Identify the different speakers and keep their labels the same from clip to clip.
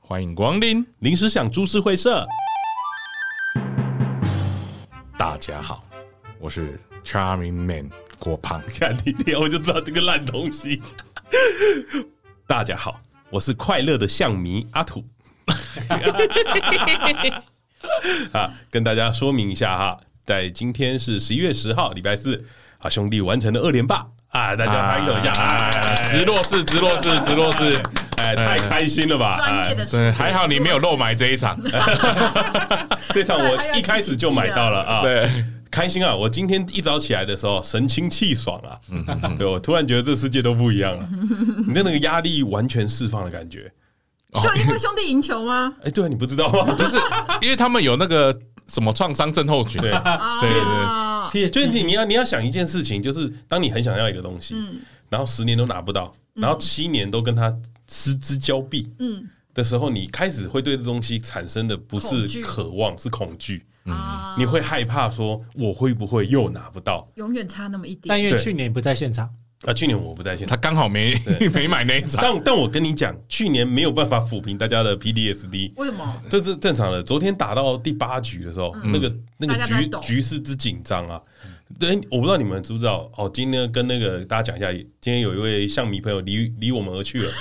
Speaker 1: 欢迎光临，
Speaker 2: 临时想株式会社，
Speaker 1: 大家好，我是 Charming Man 郭胖。
Speaker 2: 看你脸我就知道这个烂东西。大家好，我是快乐的象迷阿土。 啊，跟大家说明一下哈，在今天是十一月十号，礼拜四啊，兄弟完成了二连霸啊，大家拍手一下，
Speaker 1: 哎
Speaker 2: 哎，
Speaker 1: 直落式，直落式，直落式。
Speaker 2: 哎，太开心了吧！
Speaker 3: 专业的
Speaker 2: 哎
Speaker 3: 书
Speaker 1: 对，还好你没有漏买这一场。
Speaker 2: 这场 我一开始就买到了啊，
Speaker 1: 对，
Speaker 2: 开心啊！我今天一早起来的时候神清气爽啊，
Speaker 3: 嗯
Speaker 2: 对我突然觉得这世界都不一 样了，你的那个压力完全释放的感觉。
Speaker 3: 就
Speaker 2: 哦
Speaker 3: 因为兄弟赢球吗？
Speaker 2: 哎，对啊，你不知道 吗？
Speaker 1: 不是，因为他们有那个什么创伤症候群。
Speaker 2: 对，
Speaker 3: 啊
Speaker 1: 对对
Speaker 2: 就是你你要你要想一件事情，就是当你很想要一个东西，
Speaker 3: 嗯
Speaker 2: 然后十年都拿不到，然后七年都跟它失之交臂，
Speaker 3: 嗯
Speaker 2: 的时候，你开始会对这东西产生的不
Speaker 3: 恐
Speaker 2: 是
Speaker 3: 惧
Speaker 2: 渴望，是恐惧，
Speaker 3: 啊
Speaker 2: 你会害怕说我会不会又拿不到？
Speaker 3: 永远差那么一点
Speaker 4: 但因为
Speaker 2: 对
Speaker 4: 去年不在现场，
Speaker 2: 啊，去年我不在现场。
Speaker 1: 他刚好没 没买那一场。
Speaker 2: 但但我跟你讲，去年没有办法抚平大家的 PDSD，
Speaker 3: 为什么？
Speaker 2: 这是正常的。昨天打到第八局的时候，那个那
Speaker 3: 嗯大
Speaker 2: 个
Speaker 3: 家都在
Speaker 2: 局
Speaker 3: 抖
Speaker 2: 局势之紧张啊。对，我不知道你们知不知道哦。今天跟那个大家讲一下，今天有一位象迷朋友离离我们而去了。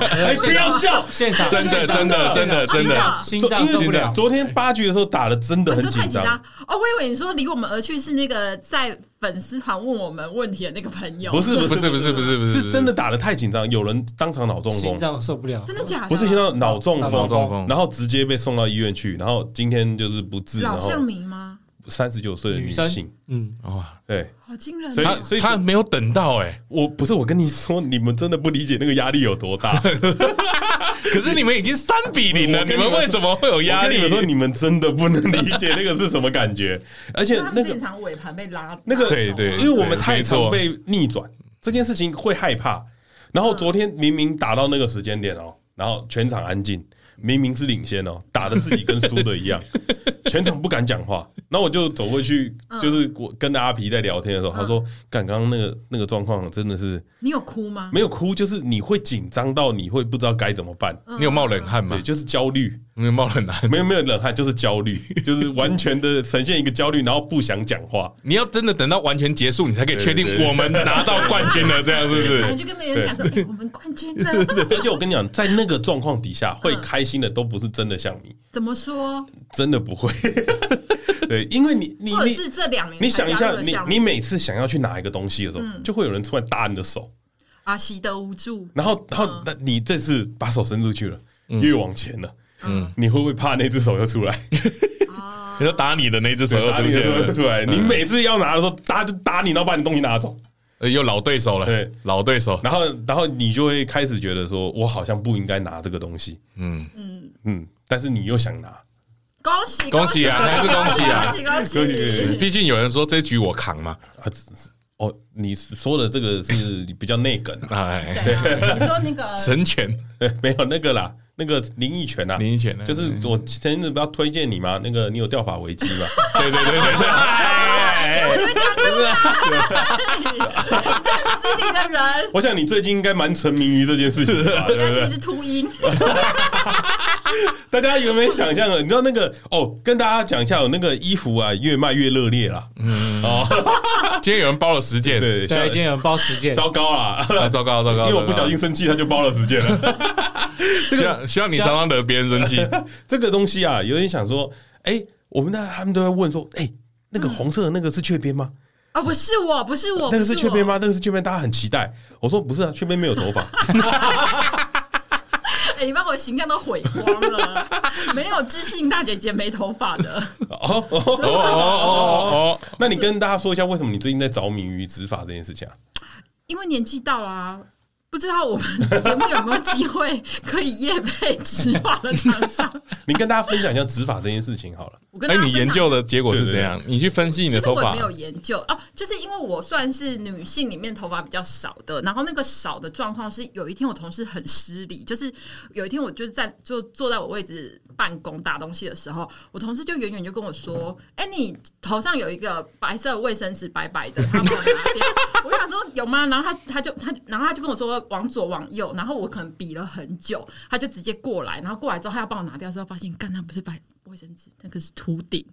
Speaker 2: 哎，不要笑，
Speaker 4: 呃现场
Speaker 1: 真的，真的，真的，
Speaker 2: 呃
Speaker 1: 真的，
Speaker 4: 心
Speaker 2: 昨
Speaker 4: 脏
Speaker 2: 因
Speaker 4: 受不
Speaker 2: 为
Speaker 4: 了，
Speaker 2: 昨天八局的时候打的真的
Speaker 3: 啊
Speaker 2: 很
Speaker 3: 就
Speaker 2: 紧
Speaker 3: 太紧
Speaker 2: 张，
Speaker 3: 张哦！我以为你说离我们而去是那个在粉丝团问我们问题的那个朋友，
Speaker 2: 不是不
Speaker 1: 不
Speaker 2: 是
Speaker 1: 是，不是，不是，不是，
Speaker 2: 是真的打的太紧张，有人当场脑中
Speaker 4: 心
Speaker 2: 风，
Speaker 4: 脏受不了，
Speaker 3: 真的假的？
Speaker 2: 不是现在脑中
Speaker 1: 脑
Speaker 2: 风，
Speaker 1: 中风。
Speaker 2: 然后直接被送到医院去，然后今天就是不治，然
Speaker 3: 老
Speaker 2: 后
Speaker 3: 象迷吗？
Speaker 2: 三十九岁的女
Speaker 4: 女生
Speaker 2: 性，
Speaker 4: 嗯，
Speaker 1: 哇，
Speaker 2: 对
Speaker 3: 好惊人哦！
Speaker 2: 所以
Speaker 1: 他
Speaker 2: 所以
Speaker 1: 他没有等到哎，
Speaker 2: 我不是我跟你说，你们真的不理解那个压力有多大。
Speaker 1: 可是你们已经三比零了，
Speaker 2: 我
Speaker 1: 你
Speaker 2: 跟你
Speaker 1: 们
Speaker 2: 们
Speaker 1: 为什么会有
Speaker 2: 我
Speaker 1: 压
Speaker 2: 跟你
Speaker 1: 力
Speaker 2: 们？说，你们真的不能理解那个是什么感觉， 而且
Speaker 3: 因为他
Speaker 2: 那
Speaker 3: 们
Speaker 2: 个
Speaker 3: 正，常尾盘被拉，嗯
Speaker 2: 那个
Speaker 1: 对对
Speaker 2: 因为我们太
Speaker 1: 没错
Speaker 2: 常被逆转这件事情会害怕。然
Speaker 3: 嗯
Speaker 2: 后昨天明明打到那个时间点哦，然后全场安静，明明是领先哦，打的自己跟输的一 样，全场不敢讲话。然后我就走过去，
Speaker 3: 嗯
Speaker 2: 就是我跟阿皮在聊天的时候，他说：“刚刚那个那个状况真的是
Speaker 3: 你有哭吗？
Speaker 2: 没有哭，就是你会紧张到你会不知道该怎么办，
Speaker 3: 嗯
Speaker 1: 你有冒冷汗吗
Speaker 2: 对，？就是焦虑，
Speaker 1: 你有冒冷汗？
Speaker 2: 没有没有冷汗，就是焦虑， 就是完全的呈现一个焦虑，然后不想讲话，
Speaker 1: 你要真的等到完全结束，你才可以确定
Speaker 2: 对对对
Speaker 1: 我们拿到冠军了，这样是不
Speaker 3: 还
Speaker 1: 是？
Speaker 3: 就跟别人讲说，哎，我们冠军 了，
Speaker 2: 而且我跟你讲，在那个状况底下，会
Speaker 3: 嗯
Speaker 2: 开心的都不是真的像你，
Speaker 3: 怎么说？
Speaker 2: 真的不会， 对，因为你你
Speaker 3: 或者
Speaker 2: 你
Speaker 3: 是这两年
Speaker 2: 你想一下，
Speaker 3: 才加入的嗯
Speaker 2: 你
Speaker 3: 项目
Speaker 2: 你每次想要去拿一个东西的时候，就会有人突然搭你的手，
Speaker 3: 啊，习得无助，
Speaker 2: 然后然后那你这次把手伸出去了，越往前了，嗯，你会不会怕那只手又出来？
Speaker 3: 啊
Speaker 1: 你说打你的那只手又
Speaker 2: 打
Speaker 1: 出
Speaker 2: 你的
Speaker 1: 现
Speaker 2: 时候就
Speaker 1: 了，嗯
Speaker 2: 出来，你每次要拿的时候，打就打你，然后把你东西拿走，
Speaker 1: 呃又老对手了，
Speaker 2: 对，
Speaker 1: 老对手，
Speaker 2: 然后然后你就会开始觉得说，我好像不应该拿这个东西，
Speaker 1: 嗯，
Speaker 3: 嗯，
Speaker 2: 嗯，但是你又想拿，
Speaker 3: 恭喜
Speaker 1: 恭喜啊还是恭喜啊
Speaker 3: 恭喜恭
Speaker 2: 恭喜
Speaker 3: 喜！
Speaker 1: 毕竟有人说这局我扛嘛，
Speaker 2: 啊，只哦，你说的这个是比较内梗啊，
Speaker 1: 哎，
Speaker 3: 谁啊你说那 个
Speaker 1: 神拳
Speaker 2: 对没有那个啦，那个林奕泉啊，
Speaker 1: 林一拳呢，
Speaker 2: 就是我前阵子不要推荐你吗？那个你有掉发危机 吗？
Speaker 1: 对对对对对，哎
Speaker 3: 结果你会讲出来，
Speaker 1: 啊
Speaker 3: 你这个失礼的人，
Speaker 2: 我想你最近应该蛮沉迷于这件事情的 吧，对
Speaker 3: 原
Speaker 2: 不
Speaker 3: 来
Speaker 2: 对
Speaker 3: 是一？只秃鹰，
Speaker 2: 大家有没有想象啊了？你知道那个哦，跟大家讲一下，有那个衣服啊，越卖越热烈啦。哦，
Speaker 1: 今天有人包了十件，
Speaker 2: 对，
Speaker 4: 对，
Speaker 2: 像
Speaker 4: 今天有人包十件，
Speaker 2: 糟糕 啦，
Speaker 1: 啊，糟糕糟
Speaker 2: 因
Speaker 1: 糕，
Speaker 2: 为我不小心
Speaker 1: 糟
Speaker 2: 生气，他就包了时间了。
Speaker 1: 糕，希望希望你常常惹别人生 气，
Speaker 2: 这个东西啊，有点想说，哎，我们那他们都在问说，哎，那个红色的那个是雀边吗？
Speaker 3: 哦，不是我，不是我，
Speaker 2: 那个是
Speaker 3: 哦不
Speaker 2: 雀
Speaker 3: 我
Speaker 2: 边？吗？那个是雀边，大家很期待。我说不是啊，雀边没有头 发，
Speaker 3: 哎，你把我的形象都毁光了， 没有知性大姐姐没头发的，
Speaker 2: 哦哦哦
Speaker 1: 哦哦哦哦哦，
Speaker 2: 那你跟大家说一下，为什么你最近在着迷于执法这件事情啊？
Speaker 3: 因为年纪到了啊。不知道我们节目有没有机会可以夜配植发的厂商？
Speaker 2: 你跟大家分享一下执法这件事情好 了。
Speaker 3: 我跟
Speaker 1: 哎，
Speaker 3: 大家
Speaker 1: 你
Speaker 3: 分
Speaker 1: 研
Speaker 3: 享
Speaker 1: 究的结果是怎样？你去分析你的
Speaker 3: 其实
Speaker 1: 头
Speaker 3: 我也
Speaker 1: 发
Speaker 3: 没，有研究哦，就是因为我算是女性里面头发比较少的，然后那个少的状况是，有一天我同事很失礼，就是有一天我就在就坐在我位置办公打东西的时候，我同事就远远就跟我说：“哎、你头上有一个白色的卫生纸，白白的，他帮我拿掉。”我想说说有吗？然后他他就他然后他就跟我说往左往右，然后我可能比了很久，他就直接过来，然后过来之后他要帮我拿掉之后，发现干那不是白卫生纸，那个是秃顶。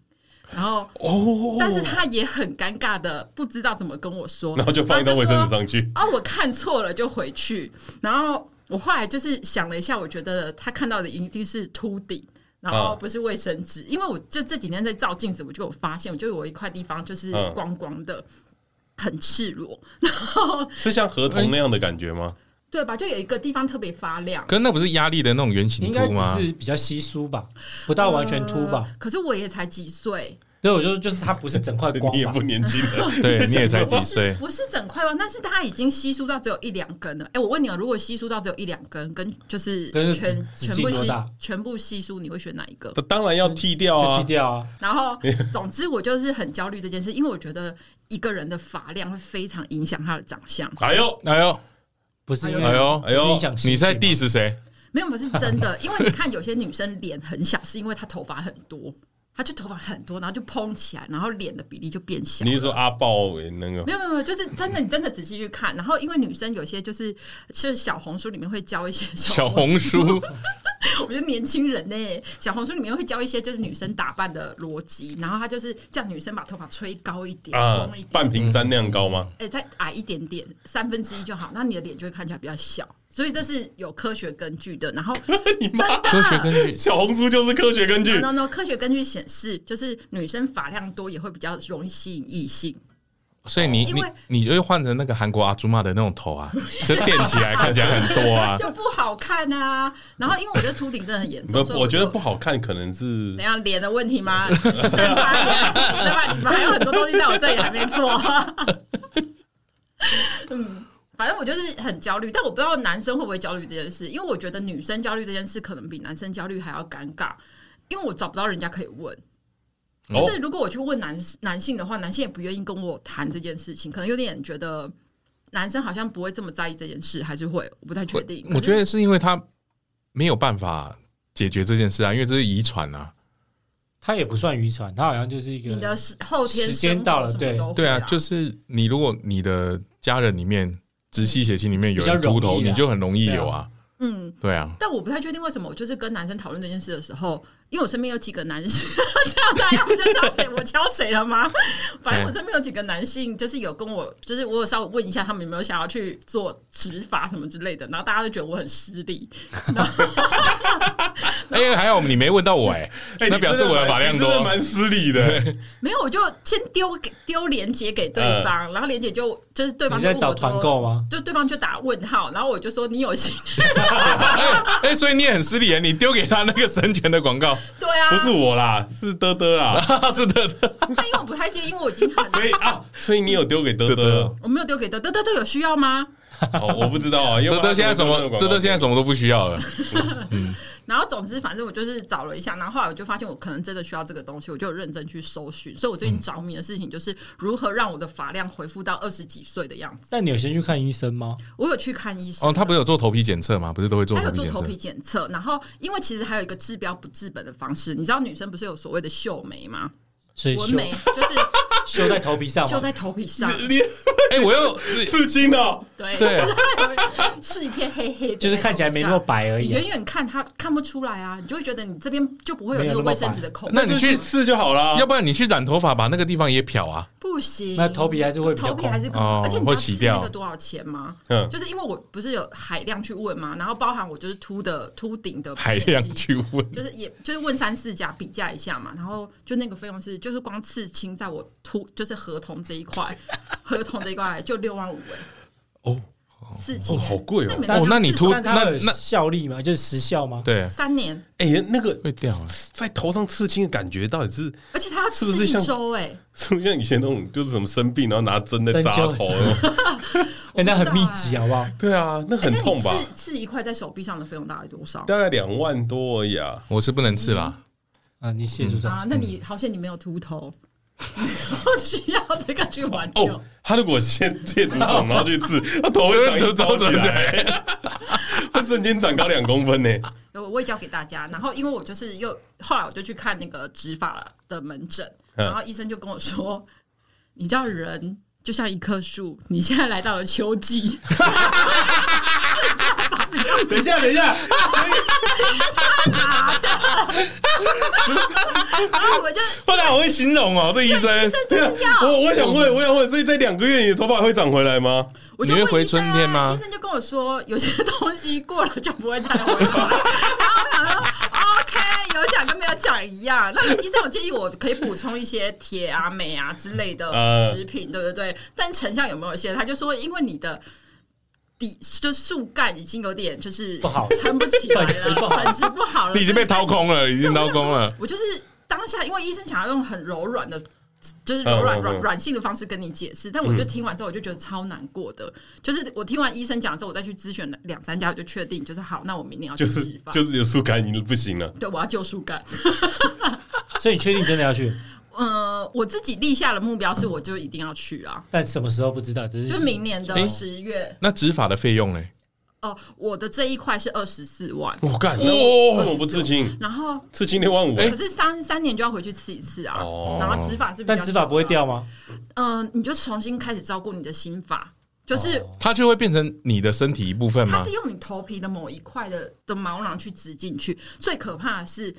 Speaker 3: 然后，
Speaker 2: 哦
Speaker 3: 但是他也很尴尬的，不知道怎么跟我说，
Speaker 2: 然后就放一张卫生纸
Speaker 3: 上。
Speaker 2: 上去，
Speaker 3: 哦，我看错了就回去。然后我后来就是想了一下，我觉得他看到的一定是秃顶，然后
Speaker 2: 嗯
Speaker 3: 不是卫生纸，因为我就这几天在照镜子，我就有发现，我就有一块地方就是
Speaker 2: 嗯
Speaker 3: 光光的。很赤裸，然后
Speaker 2: 是像合同那样的感觉 吗？
Speaker 3: 对吧？就有一个地方特别发亮，
Speaker 1: 可是那不是压力的那种圆形
Speaker 4: 应
Speaker 1: 凸
Speaker 4: 该
Speaker 1: 吗
Speaker 4: 只？是比较稀疏吧，不到完全秃吧。
Speaker 3: 呃可是我也才几岁，
Speaker 4: 所以我就就是它不是整块光
Speaker 2: 你也
Speaker 4: 嘛
Speaker 2: 不，年轻了，
Speaker 1: 对，你也才几岁，
Speaker 3: 不是整块吧？但是它已经稀疏到只有一两根了。哎、我问你哦，如果稀疏到只有一两根，跟就是
Speaker 4: 跟
Speaker 3: 全
Speaker 4: 指
Speaker 3: 全
Speaker 4: 径
Speaker 3: 部
Speaker 4: 多
Speaker 3: 稀
Speaker 4: 大
Speaker 3: 全部稀疏，你会选哪一个？
Speaker 2: 当然要剃掉啊。
Speaker 4: 就剃掉啊。
Speaker 3: 然后，总之我就是很焦虑这件事，因为我觉得一个人的发量会非常影响他的长相。
Speaker 2: 哎呦，
Speaker 1: 哎呦
Speaker 4: 不是因 为
Speaker 1: 哎呦
Speaker 4: 不是影响心
Speaker 1: 你在
Speaker 4: 情吗
Speaker 1: diss 谁？
Speaker 3: 没有，不是真的， 因为你看有些女生脸很小，是因为她头发很多，她就头发很多，然后就蓬起来，然后脸的比例就变小。
Speaker 2: 你是说阿豹哎那个
Speaker 3: 没有没有没有，就是真的，你真的仔细去看。然后，因为女生有些就是是小红书里面会教一些
Speaker 1: 小
Speaker 3: 红
Speaker 1: 红书，
Speaker 3: 我觉得年轻人呢、小红书里面会教一些就是女生打扮的逻辑，然后她就是叫女生把头发吹高一点，
Speaker 2: 啊
Speaker 3: 蓬一点，，
Speaker 2: 半瓶山那样高吗？
Speaker 3: 哎、再矮一点点，三分之一就好，那你的脸就会看起来比较小。所以这是有科学根据的。 然后
Speaker 2: 你
Speaker 3: 真
Speaker 2: 妈，
Speaker 1: 科学
Speaker 3: 的
Speaker 1: 根据
Speaker 2: 小红书就是科学根据
Speaker 3: no no no，科学根据显示，就是女生发量多也会比较容易吸引异性。
Speaker 1: 所以你
Speaker 3: 因
Speaker 1: 你
Speaker 3: 为
Speaker 1: 你就会换成那个韩国阿朱玛的那种头啊， 就垫起来看起来很多啊。
Speaker 3: 就不好看啊。然后因为我觉得秃顶真的很严
Speaker 2: 不
Speaker 3: 重，所，以
Speaker 2: 我觉得
Speaker 3: 就
Speaker 2: 不好看，可能是
Speaker 3: 怎样脸的问题 吗？生发炎，对吧？你们还有很多东西在我这里还没 做。嗯，反正我就是很焦虑，但我不知道男生会不会焦虑这件事，因为我觉得女生焦虑这件事可能比男生焦虑还要尴尬，因为我找不到人家可以问。
Speaker 2: 哦
Speaker 3: 就是如果我去问男男性的话，男性也不愿意跟我谈这件事情，可能有点觉得男生好像不会这么在意这件事，还是会，我不太确定。
Speaker 1: 我觉得是因为他没有办法解决这件事啊，因为这是遗传啊。
Speaker 4: 它也不算渔船，它好像就是一
Speaker 3: 你
Speaker 4: 个
Speaker 3: 的后天
Speaker 4: 时间
Speaker 3: 生活
Speaker 4: 到了
Speaker 3: 什么
Speaker 4: 对
Speaker 3: 都会
Speaker 1: 对啊，就是你如果你的家人里面直系血亲里面有人
Speaker 4: 比较容
Speaker 1: 秃
Speaker 4: 易
Speaker 1: 头，
Speaker 4: 啦
Speaker 1: 你就很容易有啊。
Speaker 3: 嗯。
Speaker 1: 对啊，
Speaker 3: 但我不太确定为什么，我就是跟男生讨论这件事的时候，因为我身边有几个男性， 这样大家不就知道谁我教谁了吗？反正我身边有几个男性，就是有跟我，就是我有稍微问一下他们有没有想要去做植发什么之类的，然后大家都觉得我很失礼。
Speaker 1: 哎、还好你没问到我哎、
Speaker 2: 哎
Speaker 1: 那
Speaker 2: 你
Speaker 1: 表示
Speaker 2: 真的
Speaker 1: 我的
Speaker 2: 蛮
Speaker 1: 发量
Speaker 2: 你真的
Speaker 1: 多啊
Speaker 2: 蛮失礼的。
Speaker 3: 没有，我就先丢给丢连接给对方，然后连接就就是对方
Speaker 4: 你
Speaker 3: 就问
Speaker 4: 在
Speaker 3: 我
Speaker 4: 找
Speaker 3: 说
Speaker 4: 团，购啊吗？
Speaker 3: 就对方就打问号，然后我就说你有心，
Speaker 1: 哎、哎所以你也很失礼哎，你丢给他那个神权的广告
Speaker 3: 对 啊，
Speaker 2: 不是我啦，是德德啦。
Speaker 1: 是的，的
Speaker 3: 但因为我不太介意，因为我已经很
Speaker 2: 所以啊，所以你有丢给德德？
Speaker 3: 我没有丢给德德德德有需要吗？
Speaker 2: 哦，我不知道啊，因为
Speaker 1: 德德现在什么？德德现在什么都不需要了。
Speaker 3: 然后总之，反正我就是找了一下，然后后来我就发现我可能真的需要这个东西，我就有认真去搜寻。所以我最近着迷的事情就是如何让我的发量恢复到二十几岁的样子。
Speaker 4: 那你有先去看医生吗？
Speaker 3: 我有去看医 生
Speaker 1: 哦，他不是有做头皮检测吗？不是都会做
Speaker 3: 他
Speaker 1: 头
Speaker 3: 有
Speaker 1: 皮
Speaker 3: 做
Speaker 1: 检
Speaker 3: 头
Speaker 1: 测
Speaker 3: 皮？检测，然后因为其实还有一个治标不治本的方式，你知道女生不是有所谓的秀眉吗？
Speaker 4: 所以
Speaker 3: 纹
Speaker 4: 修
Speaker 3: 眉 就是
Speaker 4: 修在头皮 上
Speaker 3: 秀
Speaker 4: 嘛，
Speaker 3: 在头皮上，
Speaker 1: 哎、我又
Speaker 2: 刺青的，
Speaker 3: 对，
Speaker 1: 对
Speaker 3: 是是一片黑黑的，
Speaker 4: 啊就是看起来没那么。白而
Speaker 3: 你
Speaker 4: 已啊
Speaker 3: 远。远看它看不出来啊，你就会觉得你这边就不会有
Speaker 4: 没
Speaker 3: 那
Speaker 4: 有
Speaker 3: 个
Speaker 4: 那么
Speaker 3: 卫生
Speaker 4: 白
Speaker 3: 纸的口
Speaker 1: 那
Speaker 2: 就
Speaker 1: 你
Speaker 2: 去
Speaker 1: 去，
Speaker 2: 刺就好啦。
Speaker 1: 要不然你去染头发，把那个地方也漂啊。
Speaker 3: 不行，
Speaker 4: 那头皮还是会比较
Speaker 3: 头皮还是
Speaker 1: 空哦
Speaker 3: 而且你
Speaker 1: 会
Speaker 3: 知道
Speaker 1: 洗
Speaker 3: 吃
Speaker 1: 掉
Speaker 3: 那个多少钱吗？
Speaker 2: 嗯
Speaker 3: 就是因为我不是有海量去问嘛，然后包含我就是秃的秃顶的
Speaker 1: 海
Speaker 3: 面
Speaker 1: 量
Speaker 3: 积
Speaker 1: 去问，
Speaker 3: 就是也就是问三四家比价一下嘛，然后就那个费用是就是光刺青在我秃就是合同这一块，合同这一块就六万五哎，
Speaker 1: 哦
Speaker 3: 刺青
Speaker 2: 哦
Speaker 3: 欸
Speaker 2: 好贵哦
Speaker 3: 每个
Speaker 1: 哦那你
Speaker 3: 刺手
Speaker 1: 秃
Speaker 4: 但它有
Speaker 1: 那那
Speaker 4: 效力吗？就是时效吗？
Speaker 1: 对，
Speaker 3: 三年，
Speaker 2: 哎，那个
Speaker 1: 会掉啊。
Speaker 2: 在头上刺青的感觉到底是
Speaker 3: 而且他要
Speaker 2: 是
Speaker 3: 刺
Speaker 2: 不是
Speaker 3: 一
Speaker 2: 像
Speaker 3: 周哎，
Speaker 2: 是不是像以前那种就是什么生病然后拿针在
Speaker 4: 针
Speaker 2: 扎
Speaker 4: 灸
Speaker 2: 头？
Speaker 4: 哎，那很密集，好不好？
Speaker 2: 对啊，那
Speaker 3: 哎
Speaker 2: 很
Speaker 3: 那你
Speaker 2: 痛吧？
Speaker 3: 刺刺一块在手臂上的费用大概多少？
Speaker 2: 大概两万多而已啊。
Speaker 1: 我是不能吃啦，
Speaker 4: 啊，你谢组长，
Speaker 3: 啊，那
Speaker 2: 嗯
Speaker 3: 你好险你没有秃头， 不需要这个去挽救。
Speaker 2: 哦，他如果先借竹筒，然后去刺， 他头会长一包起来， 啊会瞬间长高两公分呢。
Speaker 3: 我我也教给大家。然后因为我就是又后来我就去看那个植发的门诊，
Speaker 2: 嗯
Speaker 3: 然后医生就跟我说，你知道人就像一棵树，你现在来到了秋 季，
Speaker 2: 等一下，等一下，
Speaker 3: 啊 然后我就
Speaker 1: 我哪好会形容哦，这医 生。
Speaker 3: 这就是要，
Speaker 2: 我我想问，我想问，所以这两个月你的头发会长回来吗？
Speaker 3: 我就
Speaker 1: 你
Speaker 3: 问
Speaker 1: 会回
Speaker 3: 医生啊
Speaker 1: 春天吗
Speaker 3: 医生就跟我说，有些东西过了就不会再回 来。然后我想说，OK，有讲跟没有讲一样。那医生有建议我可以补充一些铁啊、镁啊之类的
Speaker 2: 呃
Speaker 3: 食品，对不对？但成效有没有一些？他就说，因为你的。底就树干已经有点就是
Speaker 4: 不好
Speaker 3: 撑不起 来了，
Speaker 4: 本质不好
Speaker 3: 本质不好了，
Speaker 1: 你已经被
Speaker 3: 所以
Speaker 1: 掏空了，已经掏空了。
Speaker 3: 我就是当下，因为医生想要用很柔软的，就是柔
Speaker 2: 嗯
Speaker 3: 软
Speaker 2: 嗯嗯嗯
Speaker 3: 软软性的方式跟你解释，但我就听完之后，我就觉得超难过的。就是我听完医生讲之后，我再去咨询了两三家，我就确定，就是好，那我明年要去
Speaker 2: 就是
Speaker 3: 植发，
Speaker 2: 就是有树干，你不行了。
Speaker 3: 对我要救树干。
Speaker 4: 所以你确定真的要去？
Speaker 3: 呃，我自己立下的目标是，我就一定要去啊，
Speaker 4: 但什么时候不知道，
Speaker 2: 嗯
Speaker 4: 只是
Speaker 3: 就明年的
Speaker 2: 哎
Speaker 1: 诶
Speaker 3: 十月。
Speaker 1: 那植发的费用呢？
Speaker 3: 哦，我的这一块是二十四万，
Speaker 2: 我干，那
Speaker 1: 哦
Speaker 2: 为什么不刺青？
Speaker 3: 然后
Speaker 2: 刺青六万五，
Speaker 3: 可是三三年就要回去刺一次啊，
Speaker 2: 哎哦
Speaker 3: 然后植发是比较
Speaker 4: 但植发不会
Speaker 3: 久啊
Speaker 4: 掉吗？
Speaker 3: 嗯，你就重新开始照顾你的新发，
Speaker 2: 哦
Speaker 3: 就是
Speaker 1: 它就会变成你的身体一部分
Speaker 3: 它
Speaker 1: 吗
Speaker 3: 是？用你头皮的某一块的的毛囊去植进去。最可怕 的是，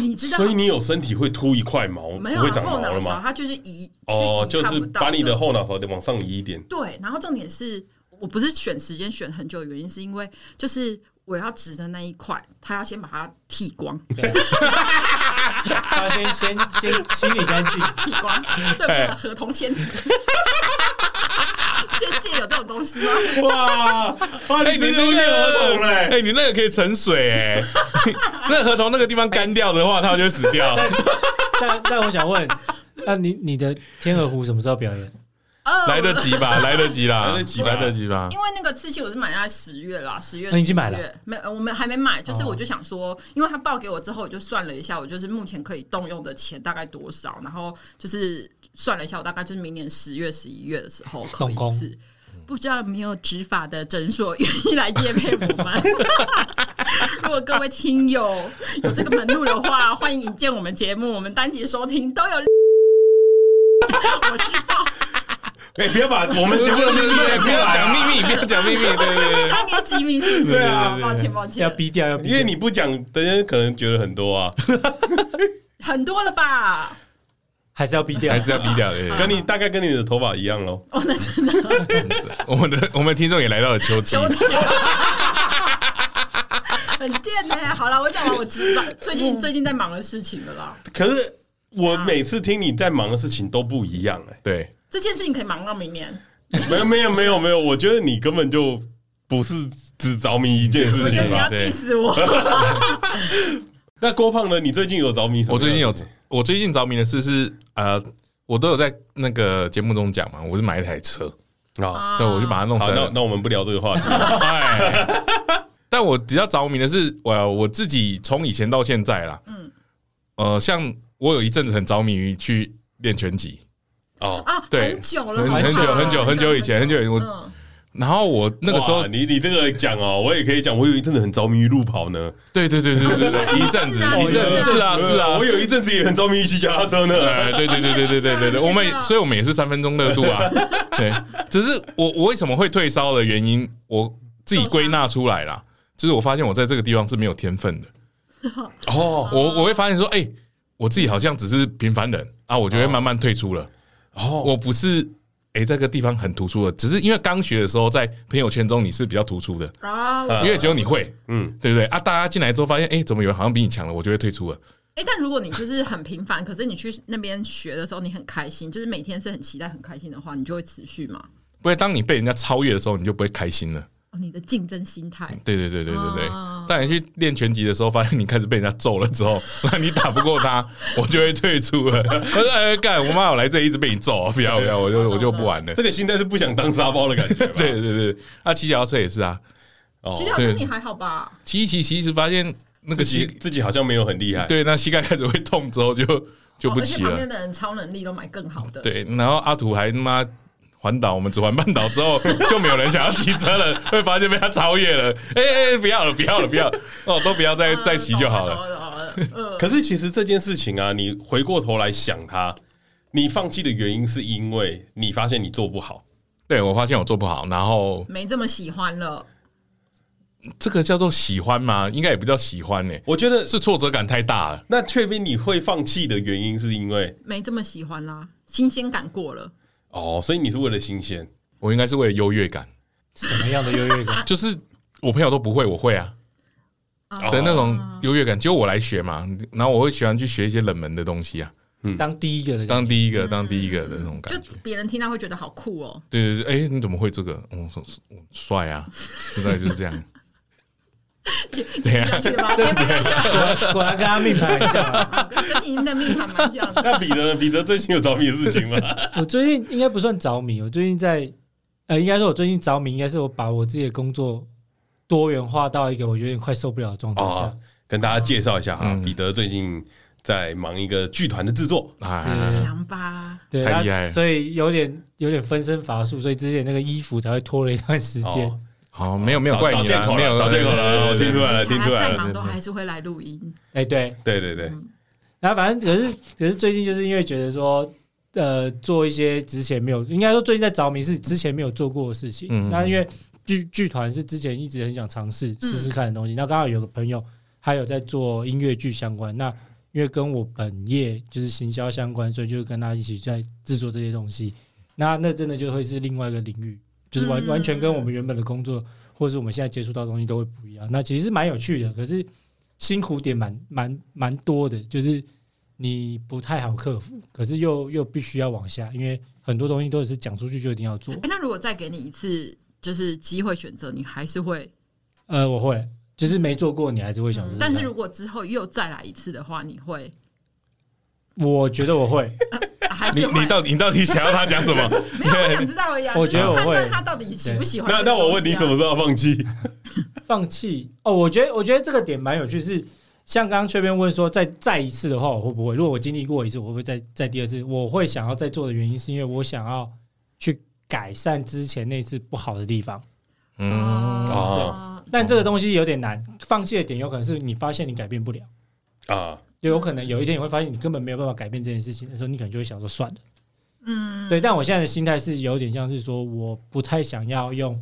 Speaker 3: 你知道
Speaker 2: 所以你有身体会秃一块毛，不
Speaker 3: 没有啊
Speaker 2: 会长毛
Speaker 3: 后脑
Speaker 2: 了
Speaker 3: 勺，
Speaker 2: 吗？
Speaker 3: 它就是移
Speaker 2: 哦，
Speaker 3: 去
Speaker 2: 就
Speaker 3: 移看
Speaker 2: 是
Speaker 3: 不到
Speaker 2: 把你的后脑勺得往上移一点。
Speaker 3: 对。然后重点是我不是选时间选很久的原因，是因为就是我要植的那一块，它要先把它剃 光，
Speaker 4: 对啊他先先先 清理干净，
Speaker 2: 哎
Speaker 3: 剃光，这不是合同先。 仙界有这种东西吗？
Speaker 2: 哇哇，
Speaker 1: 哎，
Speaker 2: 你
Speaker 1: 你那
Speaker 2: 真的
Speaker 1: 个
Speaker 2: 念我懂嘞！
Speaker 1: 哎，你那个可以沉水哎。 那合同那个地方干掉的话，它就会死 掉。
Speaker 4: 但但我想问，那你你的天鹅湖什么时候表演？
Speaker 3: 呃
Speaker 1: 来得及吧？来得及啦，
Speaker 2: 来得及吧
Speaker 1: 来得及吧
Speaker 3: 因？为那个刺青我是买在十月啦，十月、
Speaker 4: 哦那你已经买了哦
Speaker 3: 11月？没有，呃我们还没买。就是我就想说，因为他报给我之后，我就算了一下，我就是目前可以动用的钱大概多少，然后就是算了一下，我大概就是明年十月、十一月的时候可
Speaker 4: 动
Speaker 3: 以
Speaker 4: 工
Speaker 3: 刺。不知道有没有执法的诊所愿意来接配我 们？如果各位听友有这个门路的话，欢迎引荐我们节目，我们单集收听 都有。我是报
Speaker 2: 哎，不要把我们节目的秘
Speaker 1: 不
Speaker 2: 密讲出来
Speaker 1: 要讲
Speaker 2: 啊，
Speaker 1: 秘密，不要讲秘密，对对对。
Speaker 3: 三年级名是不是
Speaker 1: 对啊对
Speaker 3: 哦
Speaker 1: 对对
Speaker 3: 抱歉抱歉，
Speaker 4: 要逼掉，要逼
Speaker 2: 因
Speaker 4: 掉
Speaker 2: 为你不讲，人家可能觉得很多啊。
Speaker 3: 很多了吧？
Speaker 4: 还是要逼掉，
Speaker 1: 还是要低调的。
Speaker 3: 啊
Speaker 1: 对
Speaker 2: 跟你大概跟你的头发一样喽。
Speaker 3: 哦，那真 的
Speaker 1: 对我们的我们听众也来到了秋季，
Speaker 3: 秋天。很贱呢、好了，我讲完我执掌最近最近在忙的事情了啦。
Speaker 2: 可是我每次听你在忙的事情都不一样哎、
Speaker 1: 对，
Speaker 3: 这件事情可以忙到明年，
Speaker 2: 没有没有没有没有，我觉得你根本就不是只着迷一件
Speaker 3: 我
Speaker 2: 事
Speaker 3: 觉得
Speaker 2: 情
Speaker 3: 你要
Speaker 2: 吧？
Speaker 1: 对
Speaker 3: diss 我。
Speaker 2: 那郭胖呢？你最近有着迷什么？
Speaker 1: 我最近有，我最近着迷的事是，呃，我都有在那个节目中讲嘛，我是买一台车，
Speaker 2: 啊。
Speaker 1: 对，我就把它弄
Speaker 2: 好，那
Speaker 1: 成。
Speaker 2: 那我们不聊这 个话题。
Speaker 1: 哎，但我比较着迷的是，我我自己从以前到现在啦，嗯，呃，像我有一阵子很着迷于去练拳击，
Speaker 2: 哦，
Speaker 3: 啊，
Speaker 1: 对
Speaker 3: 很久了，
Speaker 1: 很
Speaker 3: 好不好
Speaker 1: 很久很久很久以前，很久以前，我
Speaker 3: 嗯，
Speaker 1: 然后我那个时候
Speaker 2: 哇，你你这个讲哦，我也可以讲，我有一阵子很着迷于路跑呢。
Speaker 1: 对对对对对对，一阵子
Speaker 3: 是啊
Speaker 1: 一阵
Speaker 3: 是
Speaker 1: 子
Speaker 3: 啊
Speaker 1: 是啊是啊
Speaker 2: 我，有一阵子也很着迷于骑脚踏车呢。
Speaker 1: 哎，对对对对对对 对对，我们也所以我们也是三分钟热度 啊。对，只是我我为什么会退烧的原因，我自己归纳出来啦，就是我发现我在这个地方是没有天分的。
Speaker 2: 哦
Speaker 1: 我我会发现说，哎、我自己好像只是平凡人啊，我就会慢慢退出了。
Speaker 2: 哦，
Speaker 1: 我不是哎、这个地方很突出的，只是因为刚学的时候在朋友圈中你是比较突出的，
Speaker 3: 啊，我
Speaker 2: 啊
Speaker 1: 因为只有你会，
Speaker 2: 嗯，
Speaker 1: 对不对啊？大家进来之后发现，哎、怎么有人好像比你强了，我就会退出了。
Speaker 3: 哎、但如果你就是很平凡，可是你去那边学的时候，你很开心，就是每天是很期待、很开心的话，你就会持续嘛。
Speaker 1: 不会，当你被人家超越的时候，你就不会开心了。
Speaker 3: 哦，你的竞争心态，
Speaker 1: 对对对对对对
Speaker 3: 哦，
Speaker 1: 当你去练拳击的时候，发现你开始被人家揍了之后， 那你打不过他， 我就会退出了。 我说：“哎，干，我妈我来这一直被你揍啊，不要不要，我 就我就不玩了。
Speaker 2: 这个心态是不想当沙包的 感觉”吧。
Speaker 1: 对对对，啊，骑脚踏车也是啊，
Speaker 2: 哦
Speaker 3: 其实好像
Speaker 1: 对
Speaker 3: 你还好吧？
Speaker 1: 骑一骑骑一骑，发现那个
Speaker 2: 自己
Speaker 1: 膝，
Speaker 2: 自己好像没有很厉害。
Speaker 1: 对，那膝盖开始会痛之后就就不
Speaker 3: 哦而且
Speaker 1: 骑
Speaker 3: 旁
Speaker 1: 了
Speaker 3: 边。的人超能力都买更好的，
Speaker 1: 对，然后阿土还他妈。环岛，我们只环半岛之后， 就没有人想要骑车 了，会发现被他超越了。哎、哎、不要了，不要了，不要了哦，都不要再
Speaker 3: 呃
Speaker 1: 再骑就好了。
Speaker 3: 懂了。懂了懂了嗯，
Speaker 2: 可是其实这件事情啊，你回过头来想它，你放弃的原因是因为你发现你做不好，
Speaker 1: 对我发现我做不好，然后
Speaker 3: 没这么喜欢了。
Speaker 1: 这个叫做喜欢吗？应该也不叫喜欢呢、
Speaker 2: 我觉得
Speaker 1: 是挫折感太大了。
Speaker 2: 那确定你会放弃的原因是因为
Speaker 3: 没这么喜欢啦、新鲜感过了。
Speaker 2: 哦，所以你是为了新鲜，
Speaker 1: 我应该是为了优越感，
Speaker 4: 什么样的优越感？
Speaker 1: 就是我朋友都不会，我会啊
Speaker 3: 哦
Speaker 1: 的那种优越感，只有我来学嘛。然后我会喜欢去学一些冷门的东西啊，
Speaker 2: 嗯
Speaker 4: 当第一个的，
Speaker 1: 当第一个，当第一个的那种感
Speaker 3: 就
Speaker 1: 觉。
Speaker 3: 别人听到会觉得好酷哦，
Speaker 1: 对对对，哎、你怎么会这个？嗯，说我帅啊，现在就是这 样。啊怎
Speaker 3: 听
Speaker 1: 样
Speaker 3: 上？去了吧？跟
Speaker 4: 果然 果然跟他命牌很像啊。
Speaker 3: 跟您的命盘蛮 像的。
Speaker 2: 那彼得呢？彼得最近有着迷的事情吗？
Speaker 4: 我最近应该不算着迷，我最近在，呃，应该说我最近着迷，应该是我把我自己的工作多元化到一个我有点快受不了的状态下。
Speaker 2: 哦跟大家介绍一下哈，
Speaker 1: 嗯
Speaker 2: 彼得最近在忙一个剧团的制作，
Speaker 1: 啊，
Speaker 3: 强吧，
Speaker 4: 对，
Speaker 1: 太厉
Speaker 4: 那
Speaker 1: 害了
Speaker 4: 所以有点有点分身乏术，所以之前那个衣服才会拖了一段时间。
Speaker 2: 哦
Speaker 1: 好，没有没有
Speaker 2: 找
Speaker 1: 怪
Speaker 2: 找
Speaker 1: 你
Speaker 2: 借
Speaker 1: 啦，
Speaker 2: 口了
Speaker 1: 没有
Speaker 2: 找借口了
Speaker 1: 对对对
Speaker 2: 我哦听出来了
Speaker 3: 对
Speaker 2: 听出来了
Speaker 3: 他再忙都还是会来录音。
Speaker 4: 哎、对，
Speaker 2: 对对
Speaker 3: 嗯
Speaker 2: 对，
Speaker 4: 然后反正可是可是最近就是因为觉得说，呃，做一些之前没有，应该说最近在着迷是之前没有做过的事情。
Speaker 1: 嗯
Speaker 4: 那因为剧剧团是之前一直很想尝试
Speaker 3: 嗯
Speaker 4: 试试看的东西。那刚好有个朋友他有在做音乐剧相关，那因为跟我本业就是行销相关，所以就跟他一起在制作这些东西。那那真的就会是另外一个领域，就是完
Speaker 3: 嗯
Speaker 4: 完全跟我们原本的工作或者是我们现在接触到的东西都会不一样。那其实是蛮有趣的，可是辛苦点蛮蛮蛮多的，就是你不太好克服，可是又又必须要往下，因为很多东西都是讲出去就一定要做
Speaker 3: 哎。，那如果再给你一次就是机会选择，你还是会？
Speaker 4: 呃，我会，就是没做过，你还是会想试试看。
Speaker 3: 但是如果之后又再来一次的话，你会
Speaker 4: 我觉得我会，
Speaker 3: 啊还
Speaker 1: 你
Speaker 3: 是会？
Speaker 1: 你到底你到底想要他讲什么？
Speaker 3: 没有，我想知道呀。
Speaker 4: 我觉得我
Speaker 3: 就是
Speaker 4: 会
Speaker 3: 判断他到底喜不喜欢
Speaker 2: 那
Speaker 3: 这个东西啊。
Speaker 2: 那我问你什么时候要放弃？
Speaker 4: 放弃哦，我觉得我觉得这个点蛮有趣，是像刚刚这边问说，再再一次的话，我会不会？如果我经历过一次，我会不会再再第二次？我会想要再做的原因，是因为我想要去改善之前那次不好的地方。
Speaker 3: 啊
Speaker 1: 嗯，
Speaker 3: 哦，
Speaker 4: 但这个东西有点难，放弃的点有可能是你发现你改变不了，
Speaker 2: 啊，
Speaker 4: 就有可能有一天你会发现你根本没有办法改变这件事情的时候，你可能就会想说算了。
Speaker 3: 嗯，
Speaker 4: 对，但我现在的心态是有点像是说，我不太想要用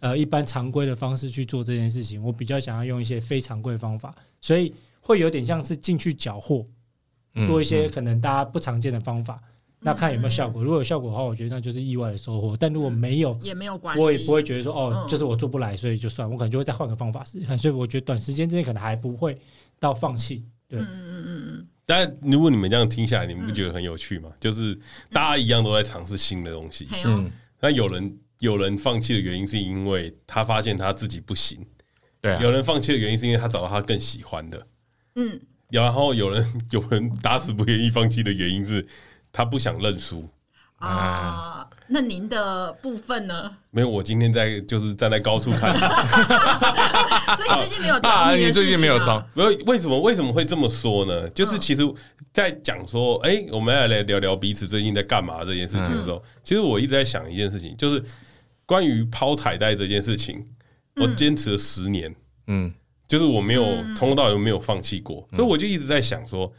Speaker 4: 呃一般常规的方式去做这件事情，我比较想要用一些非常规的方法，所以会有点像是进去缴获，
Speaker 1: 嗯
Speaker 4: 做一些可能大家不常见的方法，
Speaker 3: 嗯
Speaker 4: 那看有没有效果。如果有效果的话，我觉得那就是意外的收获；但如果
Speaker 3: 嗯
Speaker 4: 没有，
Speaker 3: 也没有关系。
Speaker 4: 我也不会觉得说哦
Speaker 3: 嗯，
Speaker 4: 就是我做不来，所以就算，我可能就会再换个方法试试看。所以我觉得短时间之内可能还不会到放弃。对，
Speaker 3: 嗯
Speaker 2: 但如果你们这样听下来，你们不觉得很有趣吗？就是大家一样都在尝试新的东西，
Speaker 3: 嘿哦。
Speaker 1: 嗯，
Speaker 2: 那有人有人放弃的原因是因为他发现他自己不行，
Speaker 1: 对啊，
Speaker 2: 有人放弃的原因是因为他找到他更喜欢的，
Speaker 3: 嗯，
Speaker 2: 然后有人 有人打死不愿意放弃的原因是他不想认输。
Speaker 3: 啊，那您的部分呢？
Speaker 2: 没有，我今天在就是站在高处看，
Speaker 3: 所以你最近没有找
Speaker 1: 啊，
Speaker 3: 你
Speaker 1: 你
Speaker 3: 的
Speaker 1: 最近没有
Speaker 3: 事情吗
Speaker 1: 招，
Speaker 2: 没有为什么为什么会这么说呢？就是其实，在讲说，哎、我们要来聊聊彼此最近在干嘛这件事情的时候，其实我一直在想一件事情，就是关于抛彩带这件事情，我坚持了十年。
Speaker 1: 嗯，
Speaker 2: 就是我没有从头到尾都没有放弃过，所以我就一直在想说，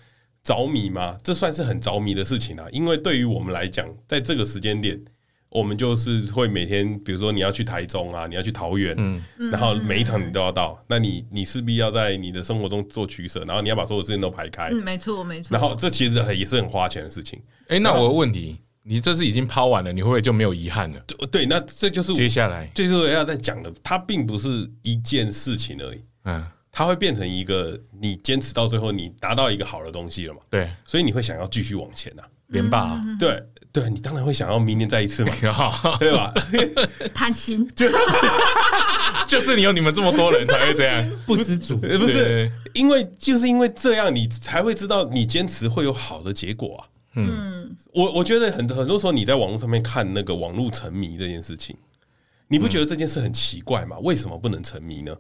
Speaker 2: 着迷吗？这算是很着迷的事情啊，因为对于我们来讲，在这个时间点，我们就是会每天，比如说你要去台中啊，你要去桃园，然后每一场你都要到，那你你势必要在你的生活中做取舍，然后你要把所有事情都排开，
Speaker 3: 嗯，没错，没错。
Speaker 2: 然后这其实很也是很花钱的事情。
Speaker 1: 哎，那我有问题，你这次已经抛完了，你会不会就没有遗憾了？
Speaker 2: 对对，那这就是我
Speaker 1: 接下来，
Speaker 2: 这就是我要在讲的，它并不是一件事情而已，
Speaker 1: 嗯，
Speaker 2: 它会变成一个你坚持到最后，你达到一个好的东西了嘛。
Speaker 1: 对，
Speaker 2: 所以你会想要继续往前啊。
Speaker 1: 连霸啊，，
Speaker 2: 对对，你当然会想要明年再一次嘛
Speaker 1: 好
Speaker 2: 对吧？
Speaker 3: 贪心，
Speaker 1: 就是你有你们这么多人才会这样，
Speaker 4: 不知足。
Speaker 2: 呃不
Speaker 1: 对
Speaker 2: 是，因为就是因为这样，你才会知道你坚持会有好的结果啊。嗯，我我觉得很很多时候你在网络上面看那个网络沉迷这件事情，你不觉得这件事很奇怪吗？为什么不能沉迷呢？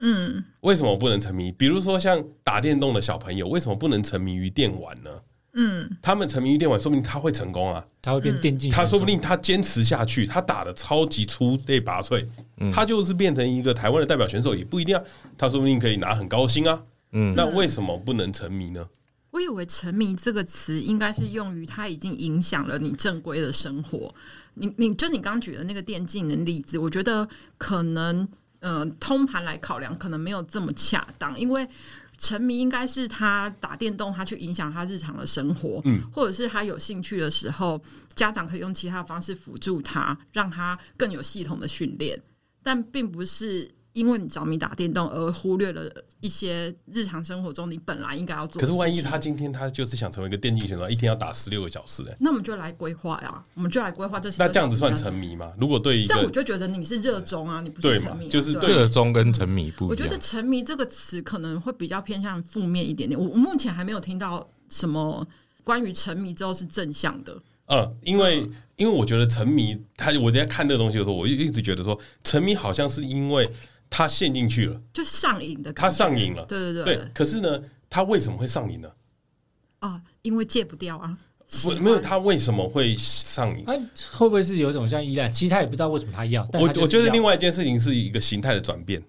Speaker 2: 嗯，为什么不能沉迷？比如说像打电动的小朋友，为什么不能沉迷于电玩呢？嗯，他们沉迷于电玩，说不定他会成功啊。
Speaker 4: 他会
Speaker 3: 嗯
Speaker 4: 变电竞选手，
Speaker 2: 他说不定他坚持下去，他打的超级出类拔萃，他就是变成一个台湾的代表选手也不一定啊，他说不定可以拿很高薪啊。嗯，那为什么不能沉迷呢？
Speaker 3: 我以为“沉迷”这个词应该是用于它已经影响了你正规的生活。你你就你刚举的那个电竞的例子，我觉得可能呃通盘来考量，可能没有这么恰当，因为。沉迷应该是他打电动，他去影响他日常的生活，
Speaker 2: 嗯
Speaker 3: 或者是他有兴趣的时候，家长可以用其他方式辅助他，让他更有系统的训练，但并不是因为你着迷打电动而忽略了一些日常生活中你本来应该要做的
Speaker 2: 可
Speaker 3: 事
Speaker 2: 是
Speaker 3: 情。
Speaker 2: 万一他今天他就是想成为一个电竞选手，一天要打十六个小时、哎，
Speaker 3: 那我们就来规划呀，我们就来规划这些。
Speaker 2: 那这样子算沉？迷吗？如果对一
Speaker 3: 这样我
Speaker 2: 个
Speaker 3: 就觉得你是热衷啊，你不
Speaker 2: 对
Speaker 3: 是
Speaker 2: 嘛
Speaker 3: 沉迷啊、
Speaker 2: 就是
Speaker 3: 对啊
Speaker 2: 对
Speaker 1: 热衷跟沉迷不
Speaker 3: 我
Speaker 1: 一
Speaker 3: 觉得“
Speaker 1: 样。
Speaker 3: 沉迷”这个词可能会比较偏向负面一点点。我我目前还没有听到什么关于沉迷之后是正向的。
Speaker 2: 嗯，因为因为我觉得沉迷，他我在看这个东西的时候，我一一直觉得说沉迷好像是因为他陷进去了，
Speaker 3: 就是上瘾的感
Speaker 2: 他
Speaker 3: 觉，
Speaker 2: 上瘾了，
Speaker 3: 对对
Speaker 2: 对。可是呢，他为什么会上瘾呢？
Speaker 3: 啊，因为戒不掉啊，
Speaker 2: 不，
Speaker 3: 喜欢
Speaker 2: 没有，他为什么会上瘾？
Speaker 4: 他会不会是有一种像依赖？其实他也不知道为什么他要，但
Speaker 2: 我
Speaker 4: 他就是
Speaker 2: 我觉得
Speaker 4: 要
Speaker 2: 另外一件事情是一个形态的转变。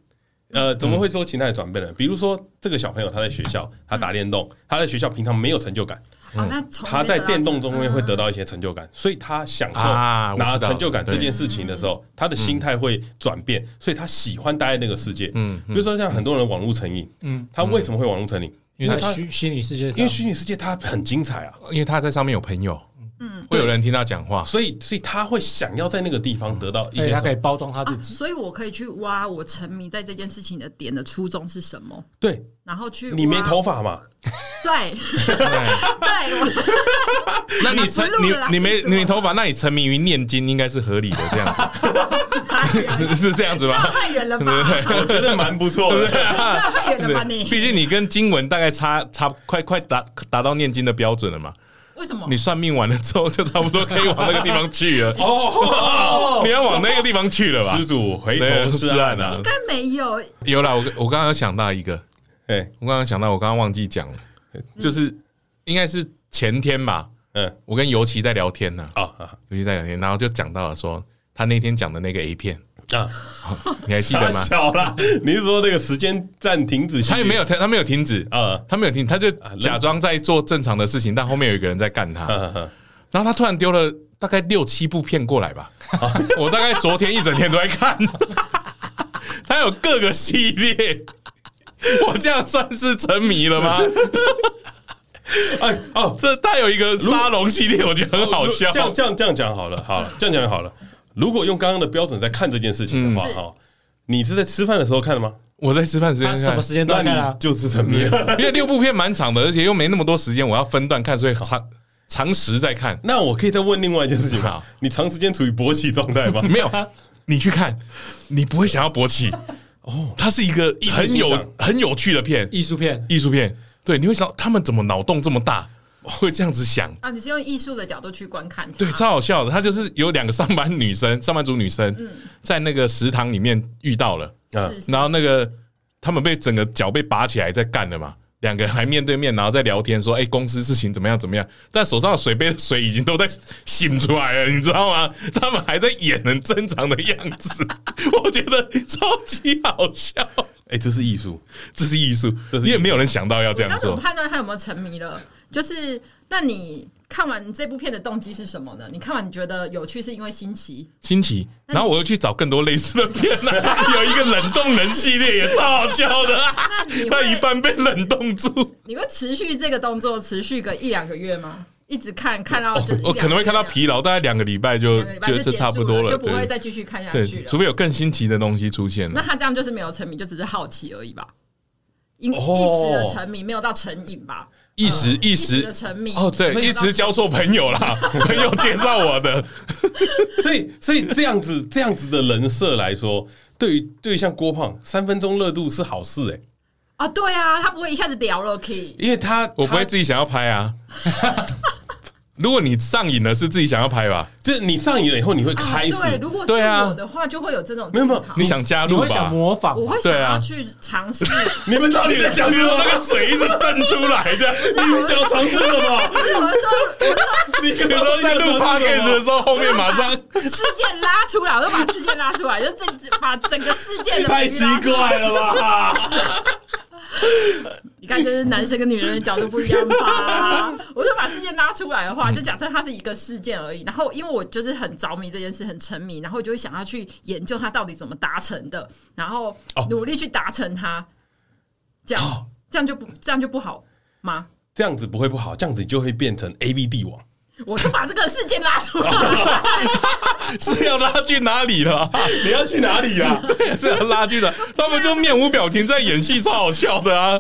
Speaker 2: 呃，怎么会说形态的转变呢？比如说，这个小朋友他在学校，他打电动，他在学校平常没有成就感，
Speaker 3: 啊，那
Speaker 2: 嗯
Speaker 3: 从
Speaker 2: 他在电动中
Speaker 3: 面
Speaker 2: 面会得到一些成就感，所以他享受
Speaker 1: 啊我
Speaker 2: 拿
Speaker 1: 知道
Speaker 2: 成就感这件事情的时候，他的心态会转变，所以他喜欢待在那个世界。
Speaker 1: 嗯，
Speaker 2: 比如说像很多人网络成瘾，
Speaker 4: 嗯，
Speaker 2: 他为什么会网络成瘾？
Speaker 4: 因
Speaker 2: 因
Speaker 4: 为
Speaker 2: 为
Speaker 4: 他
Speaker 2: 他
Speaker 4: 虚虚拟世界上，
Speaker 2: 因为虚拟世界它很精彩啊，
Speaker 1: 因为他在上面有朋友，嗯，会有人听他讲话，
Speaker 2: 所以所以他会想要在那个地方得到一
Speaker 4: 而
Speaker 2: 些
Speaker 4: 且他
Speaker 2: 什
Speaker 4: 可以
Speaker 2: 么。
Speaker 4: 包装他
Speaker 3: 啊
Speaker 4: 自，己。
Speaker 3: 所以我可以去挖我沉迷在这件事情的点的初衷是什么，
Speaker 2: 对
Speaker 3: 然后去
Speaker 2: 你没
Speaker 3: 挖
Speaker 2: 头发嘛？
Speaker 3: 对
Speaker 1: 对
Speaker 3: 对，我
Speaker 1: 那
Speaker 3: 啊
Speaker 1: 你
Speaker 3: 不
Speaker 1: 沉
Speaker 3: 录了啦
Speaker 1: 你你没
Speaker 3: 气死我
Speaker 1: 你没头发，那你沉迷于念经应该是合理的，这样 子是是这样子吧？
Speaker 3: 太 远了吧，
Speaker 2: 我觉得蛮不错的。
Speaker 3: 那太远了吧
Speaker 1: 对，
Speaker 3: 你？
Speaker 1: 毕竟你跟经文大概差差快快达达到念经的标准了嘛。
Speaker 3: 为什么
Speaker 1: 你？算命完了之后，就差不多可以往那个地方去 了。
Speaker 2: 哦，
Speaker 1: 你要往那个地方去了吧
Speaker 2: 施？
Speaker 3: 啊
Speaker 2: 主回
Speaker 1: 对
Speaker 2: 头是岸
Speaker 1: 是岸啊
Speaker 2: 啊
Speaker 3: 应！该没有，
Speaker 1: 有啦，我我刚刚有想到一个，
Speaker 2: 哎，
Speaker 1: 我刚刚想到，我刚刚忘记讲了，呃就是应该是前天吧，
Speaker 2: 嗯
Speaker 1: 我跟尤其在聊天呢、
Speaker 2: 啊啊
Speaker 1: 尤其在聊天，然后就讲到了说他那天讲的那个 A 片，
Speaker 2: 啊！
Speaker 1: 你还记得吗
Speaker 2: 太？小啦，你是说那个时间暂停止？
Speaker 1: 他也没有停，他没有停止，
Speaker 2: 啊。
Speaker 1: 他没有停，他就
Speaker 2: 啊人
Speaker 1: 假装在做正常的事情，但后面有一个人在干他，
Speaker 2: 嗯嗯
Speaker 1: 然后他突然丢了大概六七部片过来吧，
Speaker 2: 哦
Speaker 1: 我大概昨天一整天都在看，他有各个系列，我这样算是沉迷了吗？
Speaker 2: 嗯哎哦，
Speaker 1: 这他有一个沙龙系列，我觉得很好笑。
Speaker 2: 这样这样这样讲好了，好了，这样讲好了。如果用刚刚的标准在看这件事情的话，
Speaker 3: 嗯是
Speaker 2: 哈、你是在吃饭的时候看的吗？
Speaker 1: 我在吃饭时间
Speaker 4: 他啊什
Speaker 1: 看嗯
Speaker 4: 么，时间
Speaker 2: 啊那
Speaker 4: 段看
Speaker 2: 你
Speaker 4: 啊？
Speaker 2: 就是沉迷了。
Speaker 1: 因为六部片蛮长的，而且又没那么多时间，我要分段看，所以长长时在看。
Speaker 2: 那我可以再问另外一件事情吗
Speaker 1: 好？
Speaker 2: 你长时间处于勃起状态吗？
Speaker 1: 没有，你去看，你不会想要勃起哦。它是一个很
Speaker 2: 欣
Speaker 1: 有
Speaker 2: 赏
Speaker 1: 很有趣的片，
Speaker 4: 艺术片，
Speaker 1: 艺术片。对，你会想到他们怎么脑洞这么大，会这样子想。
Speaker 3: 啊，你是用艺术的角度去观看它，
Speaker 1: 对，超好笑的。他就是有两个上班女生，上班族女生，在那个食堂里面遇到了，
Speaker 2: 啊
Speaker 3: 是是
Speaker 1: 然后那个他们被整个脚被拔起来在干了嘛，两个人还面对面，然后在聊天说，哎、公司事情怎么样怎么样，但手上的水杯的水已经都在醒出来了，你知道吗？他们还在演很正常的样子， 我觉得超级好笑。
Speaker 2: 哎、这是艺术，
Speaker 1: 这是艺术，
Speaker 2: 这是艺术
Speaker 1: 因为没有人想到要
Speaker 3: 我
Speaker 1: 这
Speaker 3: 知道
Speaker 1: 样
Speaker 3: 怎么
Speaker 1: 做。
Speaker 3: 判断他有没有沉迷了，就是那你看完这部片的动机是什么呢？你看完你觉得有趣是因为新奇，
Speaker 1: 新奇，然后我又去找更多类似的片呢、有一个冷冻人系列也超好笑的、啊
Speaker 3: 那你
Speaker 1: 那一
Speaker 3: 会
Speaker 1: 半被冷冻住，
Speaker 3: 你会持续这个动作持续个一两个月吗？一直看看到就是一两个
Speaker 1: 我
Speaker 3: 月
Speaker 1: 哦可能会看到疲劳，大概两个礼拜就
Speaker 3: 两个礼拜
Speaker 1: 觉
Speaker 3: 就
Speaker 1: 得这
Speaker 3: 结
Speaker 1: 差
Speaker 3: 束
Speaker 1: 不多
Speaker 3: 就
Speaker 1: 了，
Speaker 3: 不会
Speaker 1: 对
Speaker 3: 再继续看下去
Speaker 1: 对，
Speaker 3: 了
Speaker 1: 除。非有更新奇的东西出现
Speaker 3: 那
Speaker 1: 了。
Speaker 3: 他这样就是没有沉迷，就只是好奇而已
Speaker 1: 哦
Speaker 3: 吧。因一
Speaker 2: 哦
Speaker 3: 时的沉迷，没有到成瘾吧？
Speaker 1: 一
Speaker 2: 啊
Speaker 1: 时一
Speaker 3: 一时的
Speaker 1: 时
Speaker 3: 沉迷，
Speaker 1: 哦，对，
Speaker 3: 没有
Speaker 1: 一
Speaker 3: 到
Speaker 1: 时交错朋友 啦，朋友介绍我的，
Speaker 2: 所以所以这样子这样子的人设来说，对于对于像郭胖三分钟热度是好事哎、
Speaker 3: 啊，对啊，他不会一下子聊了，K。
Speaker 2: 因为他
Speaker 1: 我不会
Speaker 2: 他
Speaker 1: 自己想要拍啊。 如果你上瘾了，是自己想要拍吧？
Speaker 2: 就是你上瘾了以后，你会
Speaker 3: 啊，
Speaker 2: 开始、
Speaker 3: 对，如果是
Speaker 1: 对啊
Speaker 3: 我的话，就会有这种
Speaker 2: 没有没有
Speaker 3: 思考
Speaker 1: 你想加
Speaker 4: 你
Speaker 1: 入
Speaker 4: 会想
Speaker 1: 吧？
Speaker 4: 模仿
Speaker 3: 我
Speaker 4: 吗？
Speaker 3: 会想
Speaker 1: 对啊
Speaker 3: 要去尝试，
Speaker 2: 你们到底在讲什
Speaker 1: 我那
Speaker 2: 么？
Speaker 1: 个水一直震出来 的，
Speaker 2: 你们想要尝试什么？
Speaker 3: 不是我是说
Speaker 2: 你可
Speaker 1: 有
Speaker 2: 能
Speaker 1: 时候
Speaker 2: 说
Speaker 1: 在录 podcast 的时候，后面马上
Speaker 3: 事件拉出来，我就把事件拉出来，就整把整个事件 的
Speaker 2: 太奇怪了吧？
Speaker 3: 你看，就是男生跟女人的角度不一样吧？我就把事件拉出来的话，就假设它是一个事件而已。然后，因为我就是很着迷这件事，很沉迷，然后我就会想要去研究它到底怎么达成的，然后
Speaker 2: 哦
Speaker 3: 努力去达成它。这样、这样就不这样就不好吗？
Speaker 2: 这样子不会不好，这样子你就会变成 A B 帝王。
Speaker 3: 我就把这个事件拉出来，
Speaker 1: 是要拉去哪里了？
Speaker 2: 你要去哪里啊啦？
Speaker 1: 对， 是要拉去的。他们就面无表情在演戏，超好笑的啊！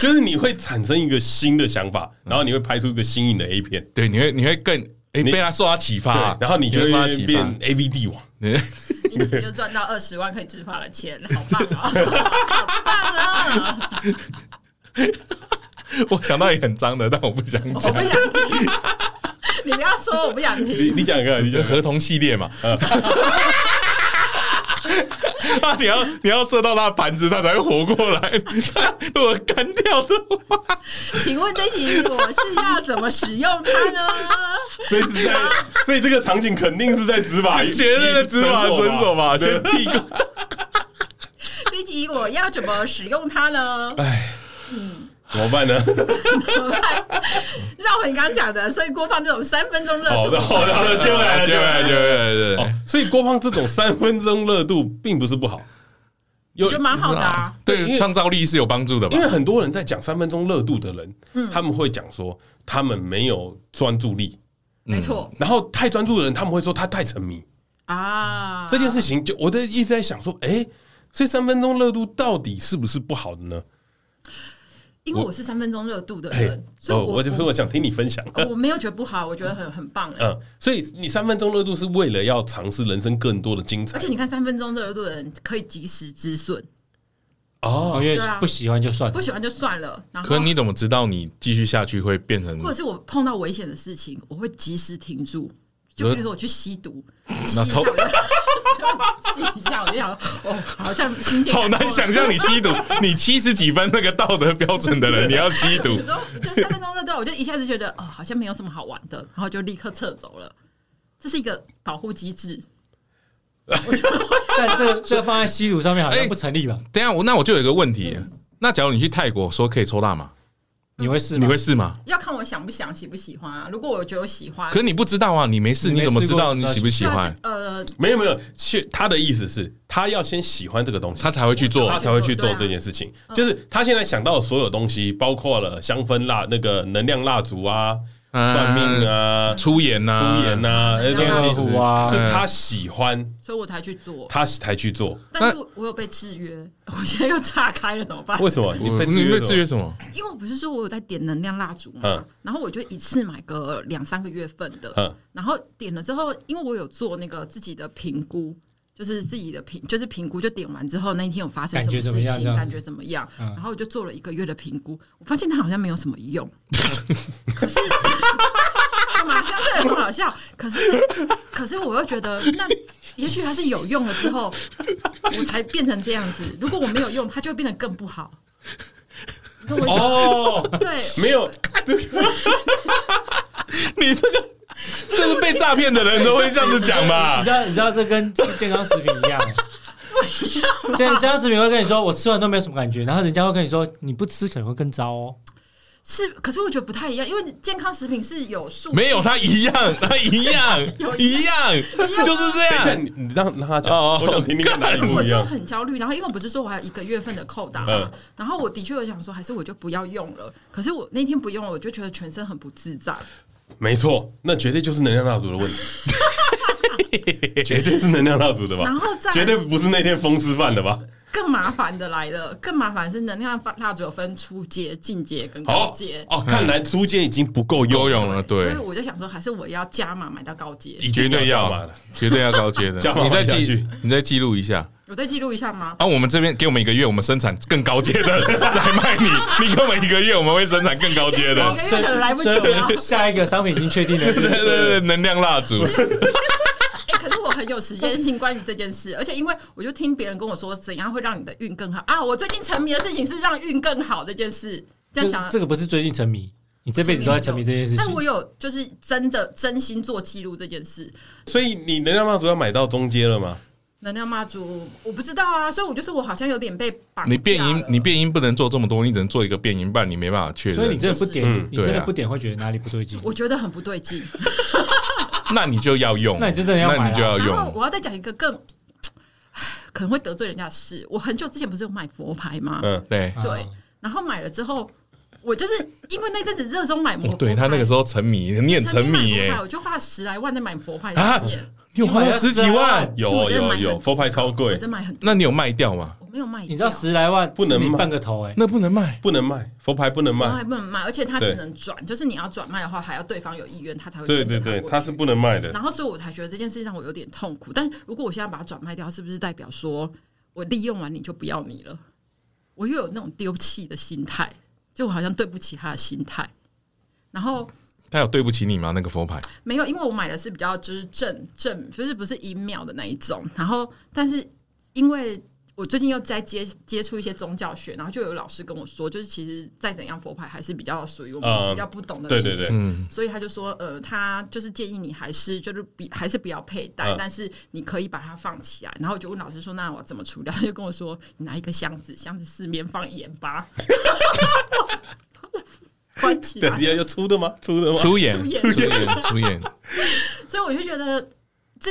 Speaker 2: 就是你会产生一个新的想法，然后你会拍出一个新颖的 A 片，
Speaker 1: 对，你会你会更哎、
Speaker 2: 你
Speaker 1: 被他受他启发、
Speaker 2: 对，然后你就
Speaker 1: 会
Speaker 2: 会变 A B 帝王。
Speaker 1: 你
Speaker 3: 因此就赚到二十万可以自发的钱，好棒哦，好棒啊！
Speaker 1: 我想到也很脏的，但我不想
Speaker 3: 我
Speaker 1: 讲
Speaker 2: 哦
Speaker 3: 不。想听， 你不要说，我不想听。
Speaker 2: 你你讲一个，你
Speaker 1: 就
Speaker 2: 讲
Speaker 1: 合同系列嘛。
Speaker 2: 嗯
Speaker 1: 啊！你要你要射到他的盘子，他才会活过来。 如果干掉的话，
Speaker 3: 请问这一集我是要怎么使用它呢？
Speaker 2: 所以 是在，所以这个场景肯定是在执法，
Speaker 1: 绝对的执法遵守嘛，
Speaker 2: 对
Speaker 1: 先 递过。
Speaker 3: 这一集我要怎么使用它呢？
Speaker 2: 怎么办呢？
Speaker 3: 怎么办？绕回你刚刚讲的，所以郭放这种三分钟热
Speaker 2: 好
Speaker 3: 度
Speaker 2: 的，，好的，好的，接回来，接
Speaker 1: 接
Speaker 2: 啊回
Speaker 1: 呃回来，
Speaker 2: 来，
Speaker 1: 接
Speaker 2: 接回来。
Speaker 1: 回来，
Speaker 2: 哦
Speaker 1: 对。，
Speaker 2: 所以郭胖这种三分钟热度并不是不好，
Speaker 3: 我
Speaker 2: 有
Speaker 3: 觉得蛮好的啊。
Speaker 2: 对因
Speaker 1: 对
Speaker 2: 为
Speaker 1: 创造力是有帮助的吧
Speaker 2: 因？为很多人在讲三分钟热度的人，
Speaker 3: 嗯
Speaker 2: 他们会讲说他们没有专注力，嗯
Speaker 3: 没错
Speaker 2: 然后太专注的人，他们会说他太沉迷。
Speaker 3: 啊，
Speaker 2: 这件事情就我的一直在想说，哎，所以三分钟热度到底是不是不好的呢？
Speaker 3: 因为我是三分钟热度的
Speaker 2: 哎
Speaker 3: 人，，呃所以
Speaker 2: 哦，
Speaker 3: 我哦
Speaker 2: 我就说我想听你分享。
Speaker 3: 我我没有觉得不好，我觉得很很棒哎。
Speaker 2: 嗯，所以你三分钟热度是为了要尝试人生更多的精彩
Speaker 3: 而且你看，三分钟热度的人可以及时止损，
Speaker 2: 哦
Speaker 4: 哦，因为
Speaker 3: 对啊
Speaker 4: 不喜欢就算了
Speaker 3: 不。喜欢就算了。然后
Speaker 1: 可，你怎么知道你继续下去会变成
Speaker 3: 或者是我碰到危险的事情，我会及时停住。就比如说我去吸毒，吸
Speaker 1: 呃那
Speaker 3: 一下
Speaker 1: 头
Speaker 3: 我就就吸一下，我就想，哦，好像心 情
Speaker 1: 好难想。象你 吸毒，你七十几分那个道德标准的人，你要吸毒
Speaker 3: 有，时候就三分钟热度，我就一下子觉得哦，好像没有什么好玩的，然后就立刻撤走了。这是一个保护机制，
Speaker 4: 但这这个放在吸毒上面好
Speaker 1: 哎
Speaker 4: 像不成立吧？
Speaker 1: 等一下我那我就有一个问题，那假如你去泰国说可以抽大麻，
Speaker 4: 你会试吗？
Speaker 1: 你会试吗？
Speaker 3: 要看我想不想、喜不喜欢啊。如果我觉得我喜欢，
Speaker 1: 可是你不知道啊，你没试，
Speaker 4: 你没
Speaker 1: 你怎么
Speaker 4: 试
Speaker 1: 知
Speaker 4: 过
Speaker 1: 道你喜不喜
Speaker 3: 那就
Speaker 1: 欢？
Speaker 3: 呃，
Speaker 2: 没有没有，是他的意思是，他要先喜欢这个东西，
Speaker 1: 他才会去做
Speaker 2: 他才会去做
Speaker 3: 对啊
Speaker 2: 这件事情。就是他现在想到的所有东西，包括了香氛蜡、那个能量蜡烛啊、
Speaker 1: 嗯
Speaker 2: 算命啊、
Speaker 1: 出言啊呐，
Speaker 2: 出言呐，那
Speaker 3: 嗯能量
Speaker 2: 些东
Speaker 4: 二胡
Speaker 2: 西，
Speaker 4: 啊
Speaker 2: 是，他喜欢，
Speaker 3: 所以我才去做。
Speaker 2: 他才去做。
Speaker 3: 但是我我有被制约，我现在又岔开了，怎么办？
Speaker 2: 为什么
Speaker 1: 你
Speaker 2: 你
Speaker 1: 被
Speaker 2: 被
Speaker 1: 你被制
Speaker 2: 制
Speaker 1: 约
Speaker 2: 约？
Speaker 1: 什么？
Speaker 3: 因为我不是说我有在点能量蜡烛嘛，
Speaker 2: 嗯
Speaker 3: 然后我就一次买个两三个月份的，
Speaker 2: 嗯
Speaker 3: 然后点了之后，因为我有做那个自己的评估，就是自己的评，就是评估，就点完之后那一天有发生
Speaker 4: 感
Speaker 3: 什
Speaker 4: 觉
Speaker 3: 么
Speaker 4: 怎么
Speaker 3: 事
Speaker 4: 样这
Speaker 3: 情，
Speaker 4: 样子
Speaker 3: 感觉怎么样，
Speaker 4: 嗯
Speaker 3: 然后我就做了一个月的评估，我发现它好像没有什么 用，可是干嘛？这样有什么好笑？可是可是我又觉得那。也许它是有用了之后，我才变成这样子。如果我没有用，它就会变得更不好。你跟我一样
Speaker 2: 哦，
Speaker 3: 对，
Speaker 2: 没有，
Speaker 1: 你这个这是被诈骗的人都会这样子讲吧
Speaker 4: 你知？道，你知道这跟吃健康食品一样。 健健康食品会跟你说，我吃完都没有什么感觉，然后人家会跟你说，你不吃可能会更糟哦。
Speaker 3: 是，可是我觉得不太一样，因为健康食品是有数，
Speaker 1: 没有，他一 样，他一样
Speaker 3: 有，
Speaker 1: 一样，就是这
Speaker 2: 等一下
Speaker 1: 样。
Speaker 2: 你你让让他讲，
Speaker 1: 哦
Speaker 2: 我想听听看哪里不
Speaker 3: 我
Speaker 2: 一
Speaker 3: 就
Speaker 2: 样。
Speaker 3: 很焦虑。然后因为我不是说我还有一个月份的扣打嘛，
Speaker 2: 嗯
Speaker 3: 然后我的确有想说，还是我就不要用了。可是我那天不用了，我就觉得全身很不自在。
Speaker 2: 没错，那绝对就是能量蜡烛的问题，绝对是能量蜡烛的吧？
Speaker 3: 然后再
Speaker 2: 绝对不是那天风湿犯的吧？
Speaker 3: 更麻烦的来了，更麻烦是能量发蜡烛有分初阶、进阶跟高
Speaker 2: 好
Speaker 3: 阶，
Speaker 2: 哦，看来租借已经不够
Speaker 1: 游
Speaker 2: 用，
Speaker 1: 泳了，
Speaker 3: 所
Speaker 1: 对
Speaker 3: 以，我就想说，还是我要加码买到高阶。
Speaker 2: 一
Speaker 1: 绝
Speaker 2: 定
Speaker 1: 对
Speaker 2: 要加码
Speaker 1: 要
Speaker 2: 的，
Speaker 1: 绝对要高阶 的
Speaker 2: 加。码
Speaker 1: 你再
Speaker 2: 买下
Speaker 1: 记
Speaker 2: 去，
Speaker 1: 你再记录一下。
Speaker 3: 我再记录一下吗？
Speaker 1: 啊，我们这边给我们一个月，我们生产更高阶的 来卖你。你给我们一个月，我们会生产更高阶
Speaker 3: 两
Speaker 1: 的。
Speaker 3: 个
Speaker 4: 所
Speaker 3: 月
Speaker 4: 以
Speaker 3: 可能哎来不及
Speaker 4: 所以我
Speaker 3: 了
Speaker 4: 们。下一个商品已经确定了，就
Speaker 1: 对
Speaker 4: 是
Speaker 1: 对对，能量蜡烛。
Speaker 3: 哎、可是我很有时间性关于这件事，而且因为我就听别人跟我说怎样会让你的运更好啊，我最近沉迷的事情是让运更好这件事，这样想啊
Speaker 4: 这。这个不是最近沉迷，你这辈子都在沉迷这件事
Speaker 3: 但
Speaker 4: 情
Speaker 3: 我。有就是真的真心做记录这件事，
Speaker 2: 所以你能量蜡烛要买到中阶了吗？
Speaker 3: 能量骂主，我不知道啊，所以我就说我好像有点被绑架了。
Speaker 1: 你变 音，你变音不能做这么多，你只能做一个变音半，你没办法确
Speaker 4: 所以
Speaker 1: 认
Speaker 4: 你。真的不
Speaker 2: 嗯
Speaker 4: 点，你
Speaker 1: 对啊
Speaker 4: 真的不点会觉得哪里不对劲。
Speaker 3: 我觉得很不对劲。
Speaker 1: 那你就要用，
Speaker 4: 那你真的要买啊
Speaker 1: 那你就要
Speaker 3: 然后
Speaker 1: 用。
Speaker 3: 我要再讲一个更可能会得罪人家的事。我很久之前不是有买佛牌吗？
Speaker 2: 嗯，
Speaker 1: 对，
Speaker 4: 啊
Speaker 3: 对，然后买了之后，我就是因为那阵子热衷买佛
Speaker 1: 哦
Speaker 3: 牌，
Speaker 1: 对他那个时
Speaker 3: 候
Speaker 1: 候沉迷，你很沉迷耶、
Speaker 3: 我就花了十来万在买佛牌
Speaker 1: 啊
Speaker 3: 上面，
Speaker 1: 你有花了十几
Speaker 4: 你买了
Speaker 1: 万，
Speaker 2: 有
Speaker 3: 我
Speaker 2: 哦
Speaker 3: 真
Speaker 2: 有
Speaker 3: 的
Speaker 2: 哦
Speaker 3: 买很
Speaker 2: 有，佛牌超
Speaker 3: 我
Speaker 2: 贵，
Speaker 3: 真买很，
Speaker 1: 那你有卖掉吗？
Speaker 3: 我没有卖掉，
Speaker 4: 你知道十来万
Speaker 2: 不能
Speaker 4: 是你
Speaker 2: 买
Speaker 4: 半个头哎，
Speaker 1: 那不能卖，
Speaker 2: 不能卖，佛牌不能
Speaker 3: 佛
Speaker 2: 卖
Speaker 3: 牌，不能卖，而且它
Speaker 2: 对
Speaker 3: 只能转，就是你要转卖的话，还要对方有意愿，他才会
Speaker 2: 对
Speaker 3: 跟着
Speaker 2: 对对，
Speaker 3: 过
Speaker 2: 它
Speaker 3: 去
Speaker 2: 是不能卖的，
Speaker 3: 然后，所以我才觉得这件事情让我有点痛苦。但如果我现在把它转卖掉，是不是代表说我利用完你就不要你了？我又有那种丢弃的心态，就我好像对不起他的心态。然后
Speaker 1: 他有对不起你吗？那个佛牌
Speaker 3: 没有，因为我买的是比较就是正正，就是不是一秒的那一种。然后，但是因为我最近又在接接触一些宗教学，然后就有老师跟我说，就是其实再怎样佛牌还是比较属于我嗯们
Speaker 2: 呃
Speaker 3: 比较不懂的领
Speaker 2: 对
Speaker 3: 域、
Speaker 2: 对对，
Speaker 1: 嗯
Speaker 3: 所以他就说，呃，他就是建议你还是就是比还是不要佩戴，
Speaker 2: 嗯
Speaker 3: 但是你可以把它放起来。然后我就问老师说，那我怎么处理？他就跟我说，你拿一个箱子，箱子四面放盐巴，关起
Speaker 2: 对
Speaker 3: 来，
Speaker 2: 要要粗的吗？粗的吗？
Speaker 1: 出演
Speaker 3: 出演
Speaker 1: 出演出 演，
Speaker 3: 所以我就觉得这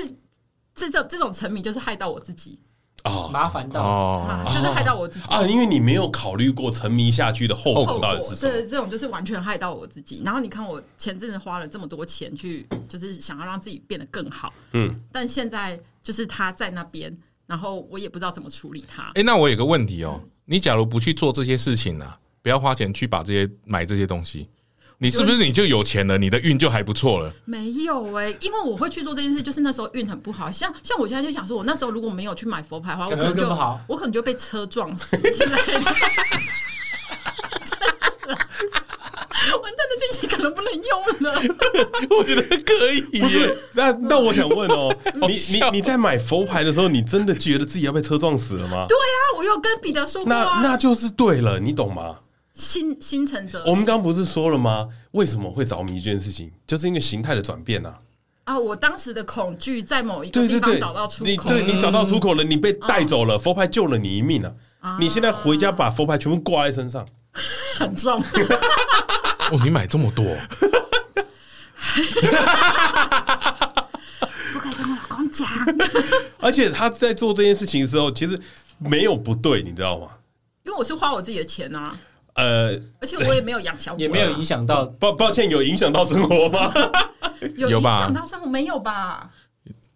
Speaker 3: 这种这种沉迷就是害到我自己，
Speaker 2: 啊
Speaker 4: 麻烦到
Speaker 1: 哦，
Speaker 3: 就是害到我自己。
Speaker 2: 啊，因为你没有考虑过沉迷下去的后
Speaker 3: 后
Speaker 2: 果
Speaker 3: 果
Speaker 2: 到底是什 么。
Speaker 3: 对这种就是完全害到我自己。然后你看，我前阵子花了这么多钱去，就是想要让自己变得更好，
Speaker 2: 嗯，
Speaker 3: 但现在就是他在那边，然后我也不知道怎么处理他。
Speaker 1: 哎，那我有个问题哦，你假如不去做这些事情呢、啊，不要花钱去把这些买这些东西，你是不是你就有钱了？你的运就还不错了。
Speaker 3: 没有哎、因为我会去做这件事，就是那时候运很不好。像像我现在就想说，我那时候如果没有去买佛牌的话，我
Speaker 4: 可能
Speaker 3: 能
Speaker 4: 会
Speaker 3: 就
Speaker 4: 更不好
Speaker 3: 我可能就被车撞死之类的。完蛋了，这期可能不能用了。
Speaker 1: 我觉得可以
Speaker 2: 不是，那那我想问 哦，你你
Speaker 1: 笑
Speaker 2: 你在买佛牌的时候，你真的觉得自己要被车撞死了吗？
Speaker 3: 对啊，我有跟彼得说过
Speaker 2: 那
Speaker 3: 啊。
Speaker 2: 那就是对了，你懂吗？
Speaker 3: 心心诚则
Speaker 2: 我们刚不是说了吗？为什么会着迷这件事情，就是因为形态的转变啊。
Speaker 3: 啊，我当时的恐惧在某一个
Speaker 2: 对
Speaker 3: 地
Speaker 2: 对
Speaker 3: 方
Speaker 2: 对
Speaker 3: 找到，出
Speaker 2: 你
Speaker 3: 口。嗯
Speaker 2: 对你找到出口了，你被带走了，佛牌救了你一命啊！
Speaker 3: 啊
Speaker 2: 你现在回家把佛牌全部挂在身上，
Speaker 3: 很重，
Speaker 1: 哦，你买这么多，
Speaker 3: 不可以跟我老公讲。
Speaker 2: 而且他在做这件事情的时候，其实没有不对，你知道吗？
Speaker 3: 因为我是花我自己的钱啊，
Speaker 2: 呃，
Speaker 3: 而且我也没有养小鬼啊，
Speaker 4: 也没有影响到
Speaker 2: 抱抱歉，有影响到生活吗？
Speaker 3: 有
Speaker 1: 有
Speaker 3: 影
Speaker 1: 吧
Speaker 3: 响到生活没有吧？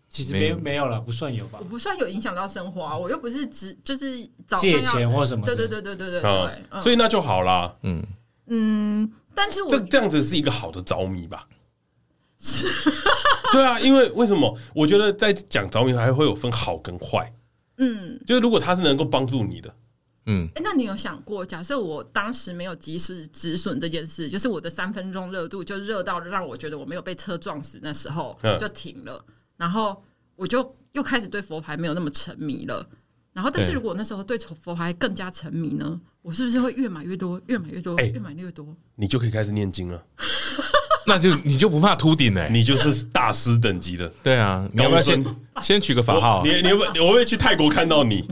Speaker 4: 其实
Speaker 1: 没
Speaker 4: 没
Speaker 1: 有
Speaker 4: 没有了，不算有吧
Speaker 3: 我？不算有影响到生活啊，我又不是只就是早上要
Speaker 4: 借钱或什么的？
Speaker 3: 对对对对对对
Speaker 2: 啊
Speaker 3: 对，，嗯
Speaker 2: 所以那就好啦。
Speaker 1: 嗯，
Speaker 3: 嗯，但是我
Speaker 2: 这这样子是一个好的着迷 吧？对啊，因为为什么？我觉得在讲着迷还会有分好跟坏，
Speaker 3: 嗯，
Speaker 2: 就是如果他是能够帮助你的，
Speaker 1: 嗯，
Speaker 3: 诶那你有想过，假设我当时没有及时止损这件事，就是我的三分钟热度就热到让我觉得我没有被车撞死，那时候
Speaker 2: 嗯
Speaker 3: 就停了，然后我就又开始对佛牌没有那么沉迷了。然后，但是
Speaker 1: 对
Speaker 3: 如果那时候对佛牌更加沉迷呢，我是不是会越买越多，越买越
Speaker 4: 哎
Speaker 3: 多，
Speaker 2: 诶
Speaker 3: 越买越多？
Speaker 2: 你就可以开始念经了，
Speaker 1: 那就你就不怕秃顶嘞？
Speaker 2: 你就是大师等级的。
Speaker 1: 对啊，你要不要先
Speaker 2: 高
Speaker 1: 先取个法号啊？
Speaker 2: 你你会不会我会去泰国看到 你，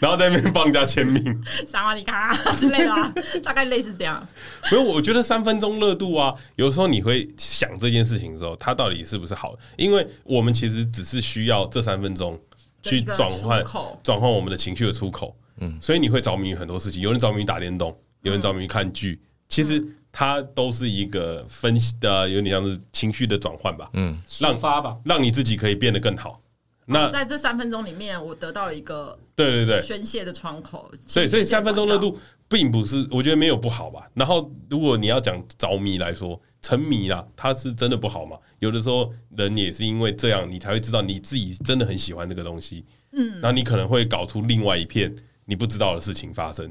Speaker 2: 然后在那边帮人家签名。
Speaker 3: 萨瓦迪卡之类的、啊， 大概类似这样。
Speaker 2: 没有，我觉得三分钟热度啊，有时候你会想这件事情的时候，它到底是不是好？因为我们其实只是需要这三分钟去转换
Speaker 3: 的一个出口
Speaker 2: 转换我们的情绪的出口。嗯，所以你会着迷于很多事情，有人着迷于打电
Speaker 3: 嗯
Speaker 2: 动，有人着迷于看剧，其实它都是一个分析的，有点像是情绪的转换吧。嗯，
Speaker 4: 抒发吧。
Speaker 2: 让你自己可以变得更好。那
Speaker 3: 哦在这三分钟里面，我得到了一个
Speaker 2: 对对对，
Speaker 3: 宣泄的窗口。
Speaker 2: 所以所以三分钟热
Speaker 3: 的，
Speaker 2: 度并不是，我觉得没有不好吧。然后如果你要讲着迷来说，沉迷啦，它是真的不好嘛？有的时候人也是因为这样，你才会知道你自己真的很喜欢这个东西。嗯，然后你可能会搞出另外一片你不知道的事情发生，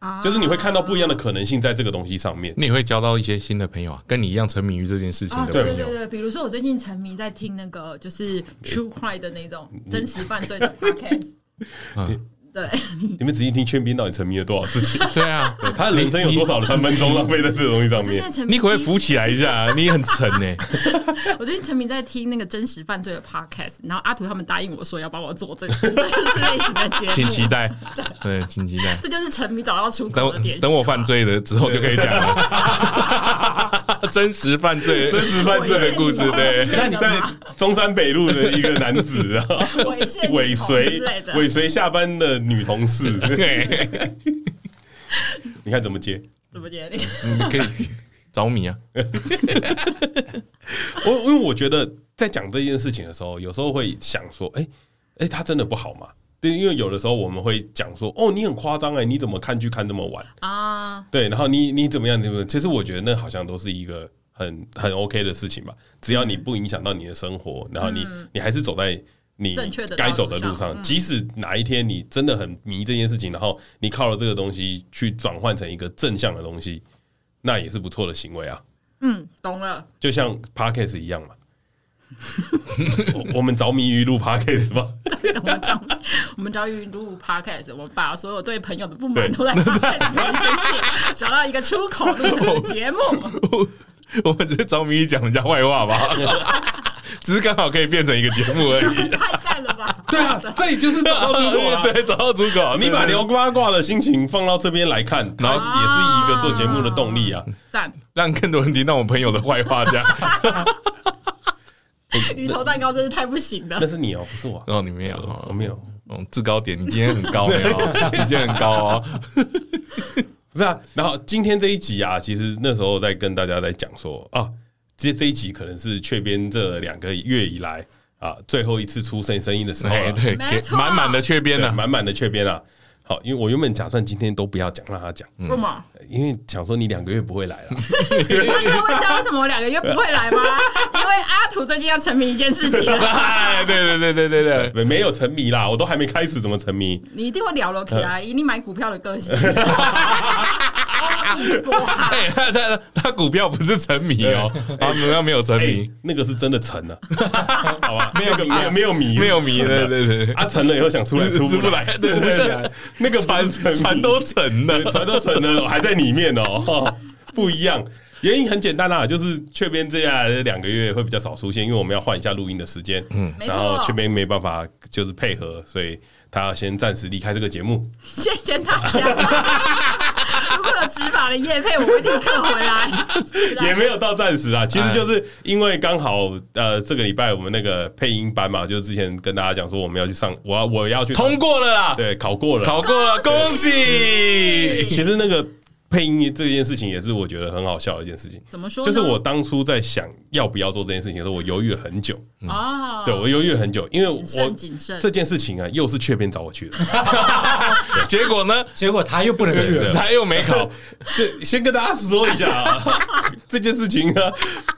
Speaker 3: 啊
Speaker 2: 就是你会看到不一样的可能性在这个东西上面。
Speaker 1: 你也会交到一些新的朋友啊，跟你一样沉迷于这件事情
Speaker 3: 啊，
Speaker 1: 的
Speaker 3: 对
Speaker 1: 朋
Speaker 3: 对对
Speaker 1: 友。
Speaker 3: 对，比如说我最近沉迷 在听那个就是 true crime 的那种真实犯罪的 podcast，
Speaker 1: 嗯
Speaker 3: 对，
Speaker 2: 你们仔细听圈斌到底沉迷了多少事情，
Speaker 1: 对啊，
Speaker 2: 对他的人生有多少的三分钟浪费在这个东西上
Speaker 3: 就
Speaker 2: 面
Speaker 3: 现在？沉迷
Speaker 1: 你可不可以浮起来一下？啊你很沉呢、
Speaker 3: 我最近沉迷在听那个真实犯罪的 podcast，然后阿图他们答应我说要帮我做这个这类型的节
Speaker 1: 请
Speaker 3: 目，
Speaker 1: 期待，对，请期待。
Speaker 3: 这就是沉迷找到出口的
Speaker 1: 等
Speaker 3: 点。
Speaker 1: 等我犯，罪了之后就可以讲了， 真实犯罪，
Speaker 2: 真实犯罪
Speaker 1: 的故事，对。
Speaker 3: 那你
Speaker 2: 在中山北路的一个男子啊，
Speaker 3: 猥亵
Speaker 2: 尾
Speaker 3: 女童
Speaker 2: 随
Speaker 3: 之类的，
Speaker 2: 尾随下班的女同事，
Speaker 1: 对，
Speaker 2: 你看怎么接？
Speaker 3: 怎么解？你
Speaker 1: 你可以着迷啊，
Speaker 2: 我因为我觉得在讲这件事情的时候，有时候会想说，哎、哎、他真的不好吗？对，因为有的时候我们会讲说，哦，你很夸张哎，你怎么看剧看这么晚？
Speaker 3: 啊，
Speaker 2: 对，然后你你怎么样？怎么样？其实我觉得那好像都是一个很很 OK 的事情吧，只要你不影响到你的生活，然后你、你还是走在你
Speaker 3: 嗯正确的道
Speaker 2: 该走
Speaker 3: 路
Speaker 2: 的路
Speaker 3: 上嗯
Speaker 2: 上，即使哪一天你真的很迷这件事情，然后你靠了这个东西去转换成一个正向的东西，那也是不错的行为啊。
Speaker 3: 嗯，懂了，
Speaker 2: 就像 podcast 一样嘛。我我们着迷于录 podcast 吧，
Speaker 3: 我们这样，我们只要录 podcast，我们把所有对朋友的不满
Speaker 2: 对
Speaker 3: 都在 podcast 里面宣泄， 找到一个出口录的节目。
Speaker 1: 我们只是着迷于讲人家坏话吧， 只是刚好可以变成一个节目而已。
Speaker 3: 太赞了吧！
Speaker 2: 对 啊，这里就是找到出口 了。
Speaker 1: 对，找到出口，
Speaker 2: 你把啊聊八卦的心情放到这边来看，然后也是一个做节目的动力啊。
Speaker 3: 赞，
Speaker 1: 让更多人听到我朋友的坏话， 这样。
Speaker 3: 鱼头蛋糕真是太不行了
Speaker 2: 那。是你哦，不是我啊，
Speaker 1: 然后你没有，
Speaker 2: 我没有，
Speaker 1: 嗯，制高点，你今天很高欸没有？ 你今天很高哦。
Speaker 2: 不是啊。然后今天这一集啊，其实那时候在跟大家在讲说啊，这这一集可能是雀边这两个月以来啊最后一次出现声音的时 候
Speaker 1: 哎，
Speaker 2: 了，
Speaker 1: 对，
Speaker 3: 没
Speaker 1: 给
Speaker 3: 错
Speaker 1: 满满的雀边
Speaker 2: 对
Speaker 1: 呢。
Speaker 2: 满满的雀边啊。好，因为我原本打算今天都不要讲，让他讲，
Speaker 3: 为什么？
Speaker 2: 因为想说你两个月不会来啊了。
Speaker 3: 那各位知道为什么我两个月不会 来吗？因为阿土最近要沉迷一件事情了，
Speaker 1: 哎，对对对对对 对，
Speaker 2: 没没有沉迷啦，我都还没开始，怎么沉迷？
Speaker 3: 你一定会聊了起来，一定买股票的个 性。一说啊
Speaker 1: 哎，他他他股票不是沉迷哦，他股票没有沉
Speaker 2: 哎、
Speaker 1: 迷，
Speaker 2: 那个是真的沉 了、啊，好吧？没有没有没有迷，
Speaker 1: 哎没有迷，对对对对，
Speaker 2: 啊，沉了以后想出来出不来，
Speaker 1: 对
Speaker 2: 对
Speaker 1: 不
Speaker 2: 对
Speaker 1: 是
Speaker 2: 对，那个
Speaker 1: 船
Speaker 2: 不是沉迷
Speaker 1: 船都沉了
Speaker 2: 对，船都沉了，还在里面哦，哦不一样。原因很简单啦、啊就是雀边这下来两个月会比较少出现，因为我们要换一下录音的时间，嗯，
Speaker 3: 没错
Speaker 2: 然后雀边没办法就是配合，所以他要先暂时离开这个节目。
Speaker 3: 谢谢大家。如果有执法的业配，我会立刻回来。
Speaker 2: 也没有到暂时啊，其
Speaker 3: 哎
Speaker 2: 实就是因为刚好呃，这个礼拜我们那个配音班嘛，就是之前跟大家讲说我们要去上，我要我要 去
Speaker 1: 通过了啦，
Speaker 2: 对考过了。
Speaker 1: 考过了，恭喜！
Speaker 2: 其实那个配音这件事情也是我觉得很好笑的一件事情，
Speaker 3: 怎么说呢？
Speaker 2: 就是我当初在想要不要做这件事情的时候，我犹豫了很久，
Speaker 3: 哦，
Speaker 2: 对我犹豫了很久，因为我
Speaker 3: 谨慎谨慎
Speaker 2: 这件事情啊，又是雀边找我去的。
Speaker 1: 结果呢，
Speaker 4: 结果他又不能去
Speaker 2: 对
Speaker 4: 了，
Speaker 1: 他又没考，
Speaker 2: 这先跟大家说一下 啊，这件事情啊，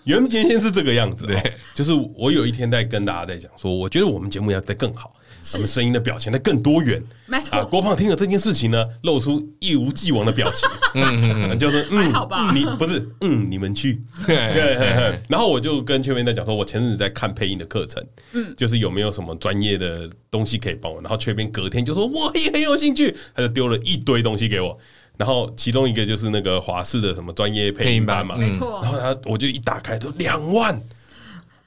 Speaker 2: 原本先是这个样子、的，就是我有一天在跟大家在讲说，我觉得我们节目要再更好，咱们声音的表现再更多元。
Speaker 3: 没错
Speaker 2: 啊，郭胖听了这件事情呢，露出一如既往的表情，嗯，就是
Speaker 3: 还
Speaker 2: 嗯
Speaker 3: 好吧，
Speaker 2: 你不是嗯，你们去。
Speaker 1: 对
Speaker 2: 对，嘿嘿然后我就跟圈边在讲说，我前阵子在看配音的课程，嗯，就是有没有什么专业的东西可以帮我。然后圈边隔天就说我也很有兴趣，他就丢了一堆东西给我。然后其中一个就是那个华视的什么专业配音班嘛，
Speaker 1: 配音班嗯
Speaker 3: 没错
Speaker 2: 嗯然后他我就一打开说两万，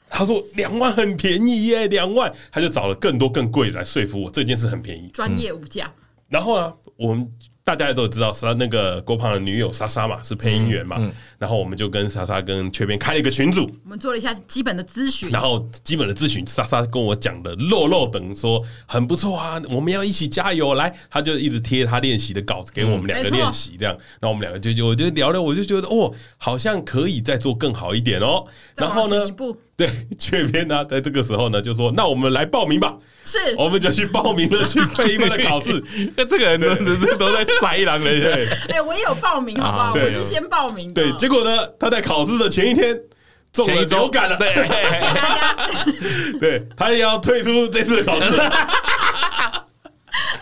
Speaker 2: 他说两万很便宜耶，两万，他就找了更多更贵的来说服我这件事很便宜。
Speaker 3: 专业无价，
Speaker 2: 然后呢，我们大家也都知道，是那个郭胖的女友莎莎嘛，是配音员嘛。嗯然后我们就跟莎莎跟缺边开了一个群组，
Speaker 3: 我们做了一下基本的咨询
Speaker 2: 然。后基本的咨询，莎莎跟我讲的肉肉等说很不错啊，我们要一起加油来。她就一直贴她练习的稿子给我们两个
Speaker 3: 没错
Speaker 2: 练习，这样。然后我们两个就就我就聊聊，我就觉得哦，好像可以再做更好一点哦。
Speaker 3: 再
Speaker 2: 然
Speaker 3: 往
Speaker 2: 后呢
Speaker 3: 前一步，
Speaker 2: 对缺边呢，在这个时候呢，就说那我们来报名吧，
Speaker 3: 是
Speaker 2: 我们就去报名了，去配音班的考试。
Speaker 1: 那这个人都都都在塞狼人
Speaker 2: 对
Speaker 1: 家。。
Speaker 3: 哎、我也有报名，好不
Speaker 1: 啊
Speaker 3: 好？我
Speaker 2: 对
Speaker 3: 是先报名的。
Speaker 2: 对，结果呢，他在考试的前一天中
Speaker 1: 前
Speaker 2: 了
Speaker 1: 一周
Speaker 2: 流感了，
Speaker 1: 对，
Speaker 3: 谢谢大家。
Speaker 1: 嗯
Speaker 2: 对，他也要退出这次的考试。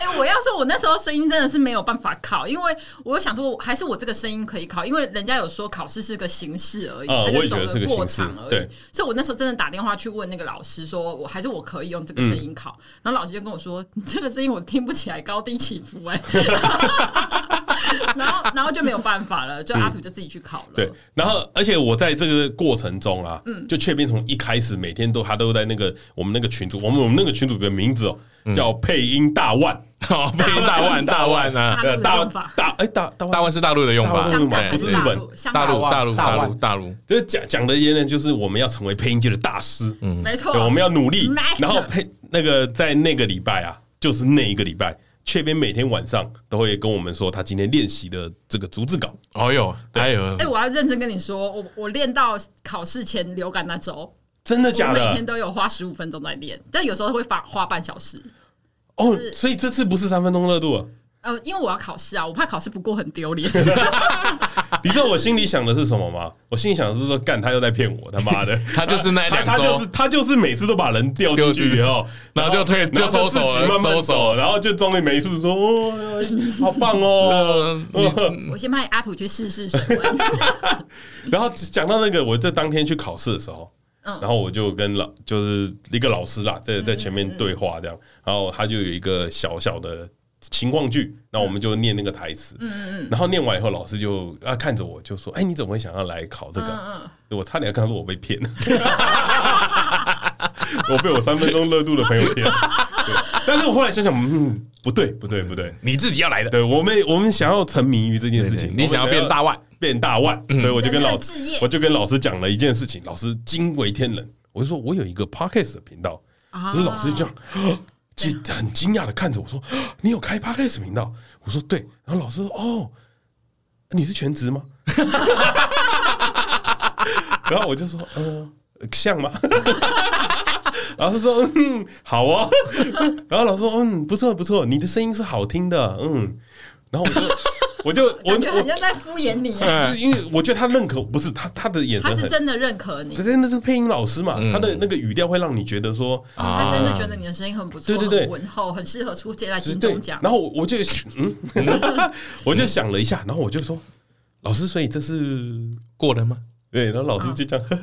Speaker 3: 哎、我要说，我那时候声音真的是没有办法考，因为我想说，还是我这个声音可以考，因为人家有说考试是个形式而已，
Speaker 2: 啊
Speaker 3: 它
Speaker 2: 我
Speaker 3: 就
Speaker 2: 也
Speaker 3: 走
Speaker 2: 觉得
Speaker 3: 个
Speaker 2: 是个
Speaker 3: 过
Speaker 2: 形式
Speaker 3: 场而已。
Speaker 2: 对
Speaker 3: 所以我那时候真的打电话去问那个老师说，我还是我可以用这个声
Speaker 2: 嗯
Speaker 3: 音考，然后老师就跟我说，你这个声音我听不起来，高低起伏 哎、然后然后就没有办法了，就阿土就自己去考了。
Speaker 2: 嗯对，然后而且我在这个过程中啊，
Speaker 3: 嗯
Speaker 2: 就确定从一开始每天都他都在那个我们那个群组，我们我们那个群组有个名字哦，叫配音大腕，
Speaker 1: 好，被嗯大 腕大腕啊，
Speaker 3: 大陆的
Speaker 2: 大
Speaker 3: 用法
Speaker 2: 大哎大大
Speaker 1: 大
Speaker 2: 腕，
Speaker 1: 腕是大陆的用法，
Speaker 2: 大
Speaker 3: 香
Speaker 2: 陆
Speaker 3: 港
Speaker 2: 不是日本
Speaker 3: 大陆香
Speaker 1: 大
Speaker 3: 港
Speaker 1: 陆大
Speaker 4: 大
Speaker 1: 陆
Speaker 4: 陆
Speaker 1: 大
Speaker 4: 大
Speaker 1: 陆
Speaker 4: 陆
Speaker 1: 大陆，
Speaker 2: 就是讲讲的言论就是我们要成为配音界的大师，嗯，
Speaker 3: 没错，
Speaker 1: 哦
Speaker 2: 对，我们要努力
Speaker 3: Master，
Speaker 2: 然后配那个在那个礼拜啊，就是那一个礼拜。雀边每天晚上都会跟我们说他今天练习的这个逐字稿，
Speaker 1: 哦哟，还有
Speaker 3: 哎、我要认真跟你说，我我练到考试前流感那周，
Speaker 2: 真的
Speaker 3: 我
Speaker 2: 假
Speaker 3: 每
Speaker 2: 的
Speaker 3: 天？都有花十五分钟在练，但有时候会花花半小时。
Speaker 2: 哦，
Speaker 3: 是
Speaker 2: 所以这次不是三分钟热度 啊，
Speaker 3: 呃，因为我要考试啊，我怕考试不过很丢脸。
Speaker 2: 你知道我心里想的是什么吗？我心里想的是说，干他又在骗我，他妈 的，
Speaker 1: 他就是那
Speaker 2: 他
Speaker 1: 两
Speaker 2: 他就
Speaker 1: 周
Speaker 2: 是，他就是每次都把人掉进
Speaker 1: 丢进
Speaker 2: 去
Speaker 1: 去
Speaker 2: 以后，
Speaker 1: 然后就退
Speaker 2: 然
Speaker 1: 就收
Speaker 2: 后
Speaker 1: 手了
Speaker 2: 自己慢慢
Speaker 1: 收手
Speaker 2: 然后就终于没事说，哦，好棒哦。
Speaker 1: 呃你
Speaker 3: 我先派阿土去试试水 温。
Speaker 2: 然后讲到那个，我在当天去考试的时候，
Speaker 3: 嗯
Speaker 2: 然后我就跟老就是一个老师啦，在在前面对话这样，然后他就有一个小小的情况剧，然后我们就念那个台词，嗯嗯，然后念完以后，老师就啊看着我就说，哎，你怎么会想要来考这个？
Speaker 3: 嗯嗯，
Speaker 2: 我差点要跟他说我被骗了， 我被我三分钟热度的朋友骗。对但是我后来想想，嗯，不对，不对，不对，
Speaker 1: 你自己要来的，
Speaker 2: 对我们我们想要沉迷于这件事
Speaker 1: 对
Speaker 2: 情
Speaker 1: 对，你
Speaker 2: 我
Speaker 1: 想
Speaker 2: 们
Speaker 1: 要变大腕，
Speaker 2: 变大腕，所以我就跟老师
Speaker 3: 人人自业，
Speaker 2: 我就跟老师讲了一件事情，老师惊为天人，我就说我有一个 podcast 的频道，
Speaker 3: 啊
Speaker 2: 那老师就这样。惊 很惊讶的看着我说：“ 你有开 podcast 频道？”我说：“对。”然后老师说：“哦，你是全职吗？” 然后我就说：“呃，像吗？” 老师说：“嗯，好哦。”然后老师说：“嗯，不错不错，你的声音是好听的。”嗯，然后我就我就
Speaker 3: 感觉
Speaker 2: 我我
Speaker 3: 很像在敷衍 你，
Speaker 2: 就是因为我觉得他认可，不是他他的眼
Speaker 3: 他
Speaker 2: 神
Speaker 3: 是
Speaker 2: 很，
Speaker 3: 真的认可你
Speaker 2: 可，是那是配音老师嘛，他的那个语调会让你觉得说，
Speaker 3: 啊他真的觉得你的声音很不错，
Speaker 2: 啊对对对
Speaker 3: 很浑厚，很适合出现在
Speaker 2: 就是
Speaker 3: 金
Speaker 2: 对
Speaker 3: 钟奖。
Speaker 2: 然后我我就嗯， 我就想了一下，然后我就说，老师，所以这是
Speaker 1: 过了吗？
Speaker 2: 对，然后老师就这样，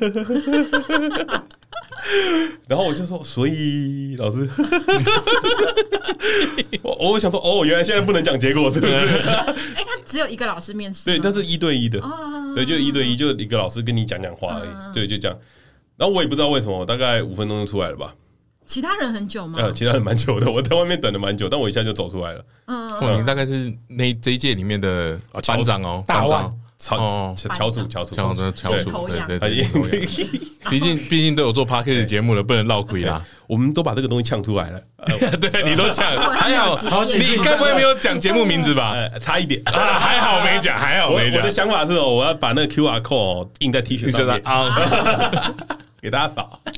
Speaker 2: 然后我就说，所以老师， 我我想说，哦，原来现在不能讲结果是不是？
Speaker 3: 哎、他只有一个老师面试吗，
Speaker 2: 对，但是一对一的，
Speaker 3: 嗯哦，
Speaker 2: 对，就一对一，就一个老师跟你讲讲话而已，对，就这样。然后我也不知道为什么，大概五分钟就出来了吧。
Speaker 3: 其他人很久吗？
Speaker 2: 呃，其他人蛮久的，我在外面等了蛮久，但我一下就走出来了。
Speaker 3: 嗯，
Speaker 1: 哦，你大概是那这一届里面的班长哦，
Speaker 4: 大
Speaker 1: 班
Speaker 4: 腕
Speaker 1: 长
Speaker 2: 乔
Speaker 1: 哦
Speaker 2: 乔楚，乔楚，
Speaker 1: 乔的乔
Speaker 2: 对
Speaker 1: 楚，
Speaker 3: 头
Speaker 1: 对
Speaker 3: 羊
Speaker 1: 对
Speaker 2: 哎
Speaker 1: 对头羊，毕 竟毕竟都有做 podcast 节目了，不能绕亏啦。
Speaker 2: 我们都把这个东西呛出 来了，呃
Speaker 1: 对你 都讲，
Speaker 3: 我还
Speaker 1: 还
Speaker 3: 没有
Speaker 1: 好
Speaker 3: 经验，
Speaker 1: 你该不会没有讲节目名字吧？
Speaker 2: 呃，差一点。
Speaker 1: 啊， 还好没讲，还好
Speaker 2: 我
Speaker 1: 没
Speaker 2: 我
Speaker 1: 讲
Speaker 2: 的。想法是哦，我要把那个 QR code 哦印在 T 恤
Speaker 1: 你觉
Speaker 2: 上
Speaker 1: 得
Speaker 2: 面，
Speaker 1: 啊？
Speaker 2: 给大家扫。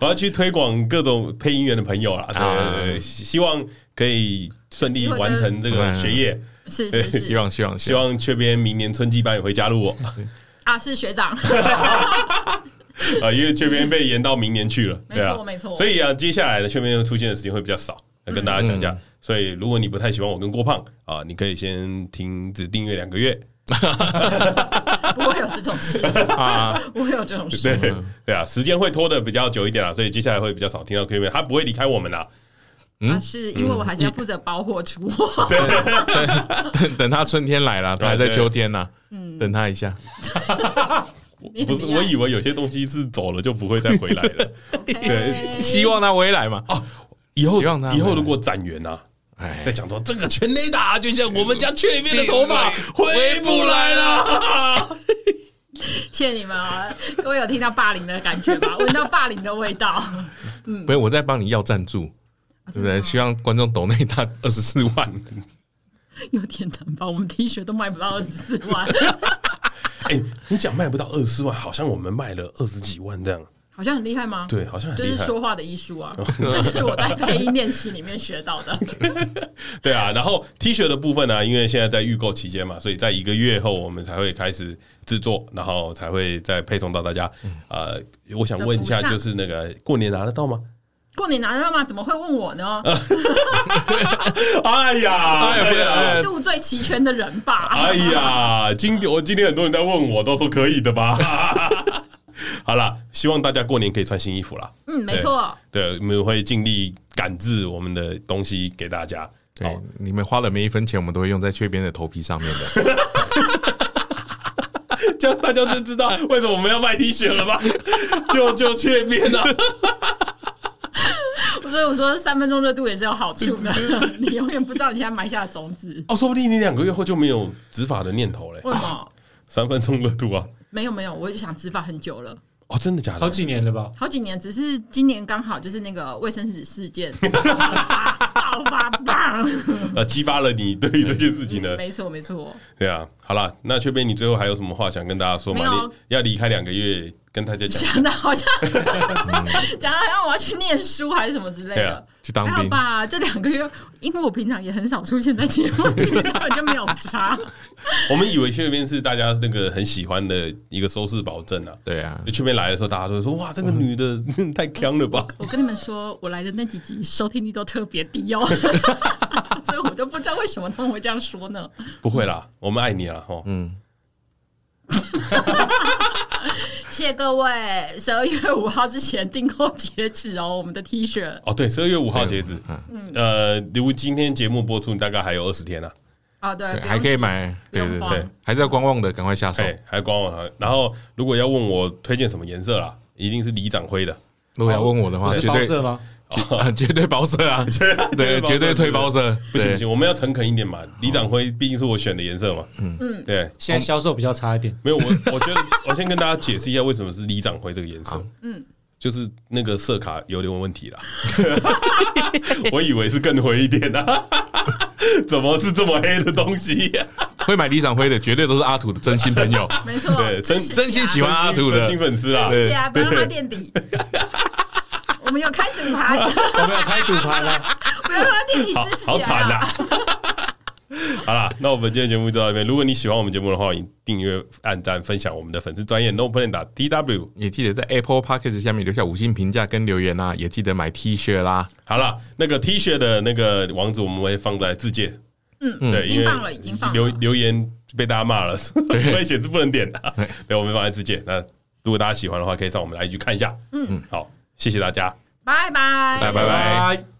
Speaker 2: 我要去推广各种配音员的朋友啦，对
Speaker 1: 啊
Speaker 2: 对对，希希望可以顺利完成这个学业。
Speaker 3: 是
Speaker 2: 对
Speaker 3: 是 是，
Speaker 1: 希望希望希
Speaker 2: 希
Speaker 1: 望，
Speaker 2: 望雀边明年春季班也会加入 我，
Speaker 3: 啊，是学 长，
Speaker 2: 啊，因为雀边被延到明年去了，
Speaker 3: 没错
Speaker 2: 对啊，
Speaker 3: 没错嗯
Speaker 2: 所以啊，接下来的雀边出现的时间会比较少，来跟大家讲一
Speaker 1: 嗯
Speaker 2: 下。所以如果你不太喜欢我跟郭胖啊，你可以先停止订阅两个月，
Speaker 3: 不会有这种 事，不会有这种事。
Speaker 2: 对对啊，时间会拖的比较久一点啦，啊所以接下来会比较少听到 Q 面，他不会离开我们啦。嗯
Speaker 3: 啊，是因为我还是要负责包货出货，
Speaker 1: 等等他春天来了，他还在
Speaker 2: 对
Speaker 1: 秋天呢。等他一下，
Speaker 3: 你
Speaker 2: 不是，
Speaker 3: 怎么
Speaker 2: 我
Speaker 3: 样
Speaker 2: 以为有些东西是走了就不会再回来 了。
Speaker 3: 哎
Speaker 2: 对，
Speaker 1: 希望他回来嘛。哦，
Speaker 2: 以后
Speaker 1: 希望他回来
Speaker 2: 以后如果展员啊，
Speaker 1: 哎
Speaker 2: 在，讲说这个全雷打啊就像我们家雀边的头发回不来了，
Speaker 3: 谢谢你们啊！各位有听到霸凌的感觉吗？闻到霸凌的味道，
Speaker 1: 不是我在帮你要赞助，对不对？希望观众抖内他二十四万，
Speaker 3: 有点难吧？我们 T 恤都卖不到二十四万，
Speaker 2: 哎，你讲卖不到二十四万，好像我们卖了二十几万这样。
Speaker 3: 好像很厉害吗？
Speaker 2: 对，好像很
Speaker 3: 就
Speaker 2: 厉
Speaker 3: 是
Speaker 2: 害。
Speaker 3: 说话的艺 术啊，这是我在配音练习里面学到的。
Speaker 2: 对啊，然后 T 恤的部分呢、因为现在在预购期间嘛，所以在一个月后我们才会开始制作，然后嗯才会再配送到大家。呃，我想问一下，
Speaker 3: 的服
Speaker 2: 就
Speaker 3: 上
Speaker 2: 是那个过年拿得到吗？
Speaker 3: 过年拿得到吗？怎么会问我 呢？
Speaker 2: 哎呀，
Speaker 1: 哎呀
Speaker 2: 哎呀
Speaker 3: 进，度最齐全的人吧。
Speaker 2: 哎呀，今天我今天很多人在问我，都说可以的吧？ 好啦，希望大家过年可以穿新衣服啦。
Speaker 3: 嗯，没错。
Speaker 2: 对，我们会尽力赶制我们的东西给大家。
Speaker 1: 对，哦你们花的每一分钱，我们都会用在雀边的头皮上面 的。
Speaker 2: 这样大家就知道为什么我们要卖 T 恤了吧？ 就就确变啊！
Speaker 3: 所以我说三分钟热度也是有好处的， 你永远不知道你现在埋下的种子。
Speaker 2: 哦，说不定你两个月后就没有执法的念头嘞。
Speaker 3: 为什么？
Speaker 2: 三分钟热度啊！
Speaker 3: 没有没有，我就想执法很久了，
Speaker 2: 哦，真的假
Speaker 4: 好
Speaker 2: 的？
Speaker 4: 几年了吧？
Speaker 3: 好几年，只是今年刚好就是那个卫生纸事 件爆发棒。
Speaker 2: 呃，激发了 你对于这件事情的
Speaker 3: 没错没错，
Speaker 2: 对啊。好啦，那雀边，你最后还有什么话想跟大家说
Speaker 3: 没
Speaker 2: 吗？
Speaker 3: 有
Speaker 2: 你要离开两个月，跟大家 讲。
Speaker 3: 讲的好像 讲的好像我要去念书还是什么之类
Speaker 2: 对啊
Speaker 3: 的。
Speaker 1: 去嗯当
Speaker 3: 还好
Speaker 1: 兵，
Speaker 3: 吧，这两个月，因为我平常也很少出现在节目，其实根本就没有 差。
Speaker 2: 我们以为雀边是大家那个很喜欢的一个收视保证啊。
Speaker 1: 对啊，
Speaker 2: 雀边来的时候，大家都会说：“哇，这个女的 太强了 吧
Speaker 3: 我跟你们说，我来的那几集收听率都特别低 哦，所以我都不知道为什么他们会这样说呢。！”
Speaker 2: 不会啦，我们爱你啊哦啦，哈。
Speaker 1: 嗯，
Speaker 3: 谢谢各位，十二月五号之前订购截止哦，我们的 T 恤。
Speaker 2: 哦，对，十二月五号截止。
Speaker 1: 嗯
Speaker 2: 呃，如今天节目播出，大概还有二十天啊，
Speaker 3: 啊，对
Speaker 1: 对，
Speaker 3: 不用
Speaker 1: 还可以
Speaker 3: 急
Speaker 1: 买，
Speaker 3: 不
Speaker 1: 对
Speaker 3: 用
Speaker 1: 对
Speaker 3: 慌
Speaker 1: 对，还在观望的，赶快下手
Speaker 2: 哎、。还官网啊。然后，如果要问我推荐什么颜色啦，一定是李掌辉的。
Speaker 1: 如果要问我的
Speaker 4: 哦不
Speaker 1: 话，
Speaker 4: 是
Speaker 1: 绝
Speaker 4: 包
Speaker 1: 对
Speaker 4: 色吗？
Speaker 1: 啊 绝对包色啊， 对，绝对推包色，
Speaker 2: 不行不
Speaker 1: 对
Speaker 2: 行，我们要诚恳一点嘛。李掌辉毕竟是我选的颜色嘛。嗯嗯，对，
Speaker 4: 现在销售比较差一点，
Speaker 2: 没有我， 我觉得我先跟大家解释一下为什么是李掌辉这个颜色
Speaker 1: 好。
Speaker 2: 嗯，就是那个色卡有点问题啦。 我以为是更灰一点啊， 怎么是这么黑的东西、啊 呀？
Speaker 1: 会买李长辉的，绝对都是阿土的真心朋友，
Speaker 3: 没错，
Speaker 2: 对真
Speaker 3: 支持
Speaker 1: 真心
Speaker 3: 啊
Speaker 1: 喜欢阿土
Speaker 2: 真
Speaker 1: 的
Speaker 2: 心粉丝啊，
Speaker 3: 谢谢啊，不
Speaker 2: 对
Speaker 3: 要让他垫底。我们有开赌盘，
Speaker 4: 我们有开赌盘了。
Speaker 3: 不要让他垫底
Speaker 2: 好
Speaker 3: 支持
Speaker 2: 好惨呐、
Speaker 3: 啊！
Speaker 2: 好啦，那我们今天节目就到这边。如果你喜欢我们节目的话，你订阅、按赞、分享我们的粉丝专业 No Plan 打 T W。
Speaker 1: 也记得在 Apple Podcast 下面留下五星评价跟留言啊，也记得买 T 恤啦。
Speaker 2: 好了，那个 T 恤的那个网址我们会放在字界，
Speaker 3: 嗯，
Speaker 2: 对，
Speaker 3: 已
Speaker 2: 因为
Speaker 3: 经放了，已经放
Speaker 2: 留
Speaker 3: 了。
Speaker 2: 留言被大家骂了，所 以显示不能点的
Speaker 1: 对。
Speaker 2: 对，我们放在字界。那如果大家喜欢的话，可以上我们来去看一下。嗯，好，谢谢大家。
Speaker 3: 拜拜，
Speaker 1: 拜拜拜
Speaker 4: 拜。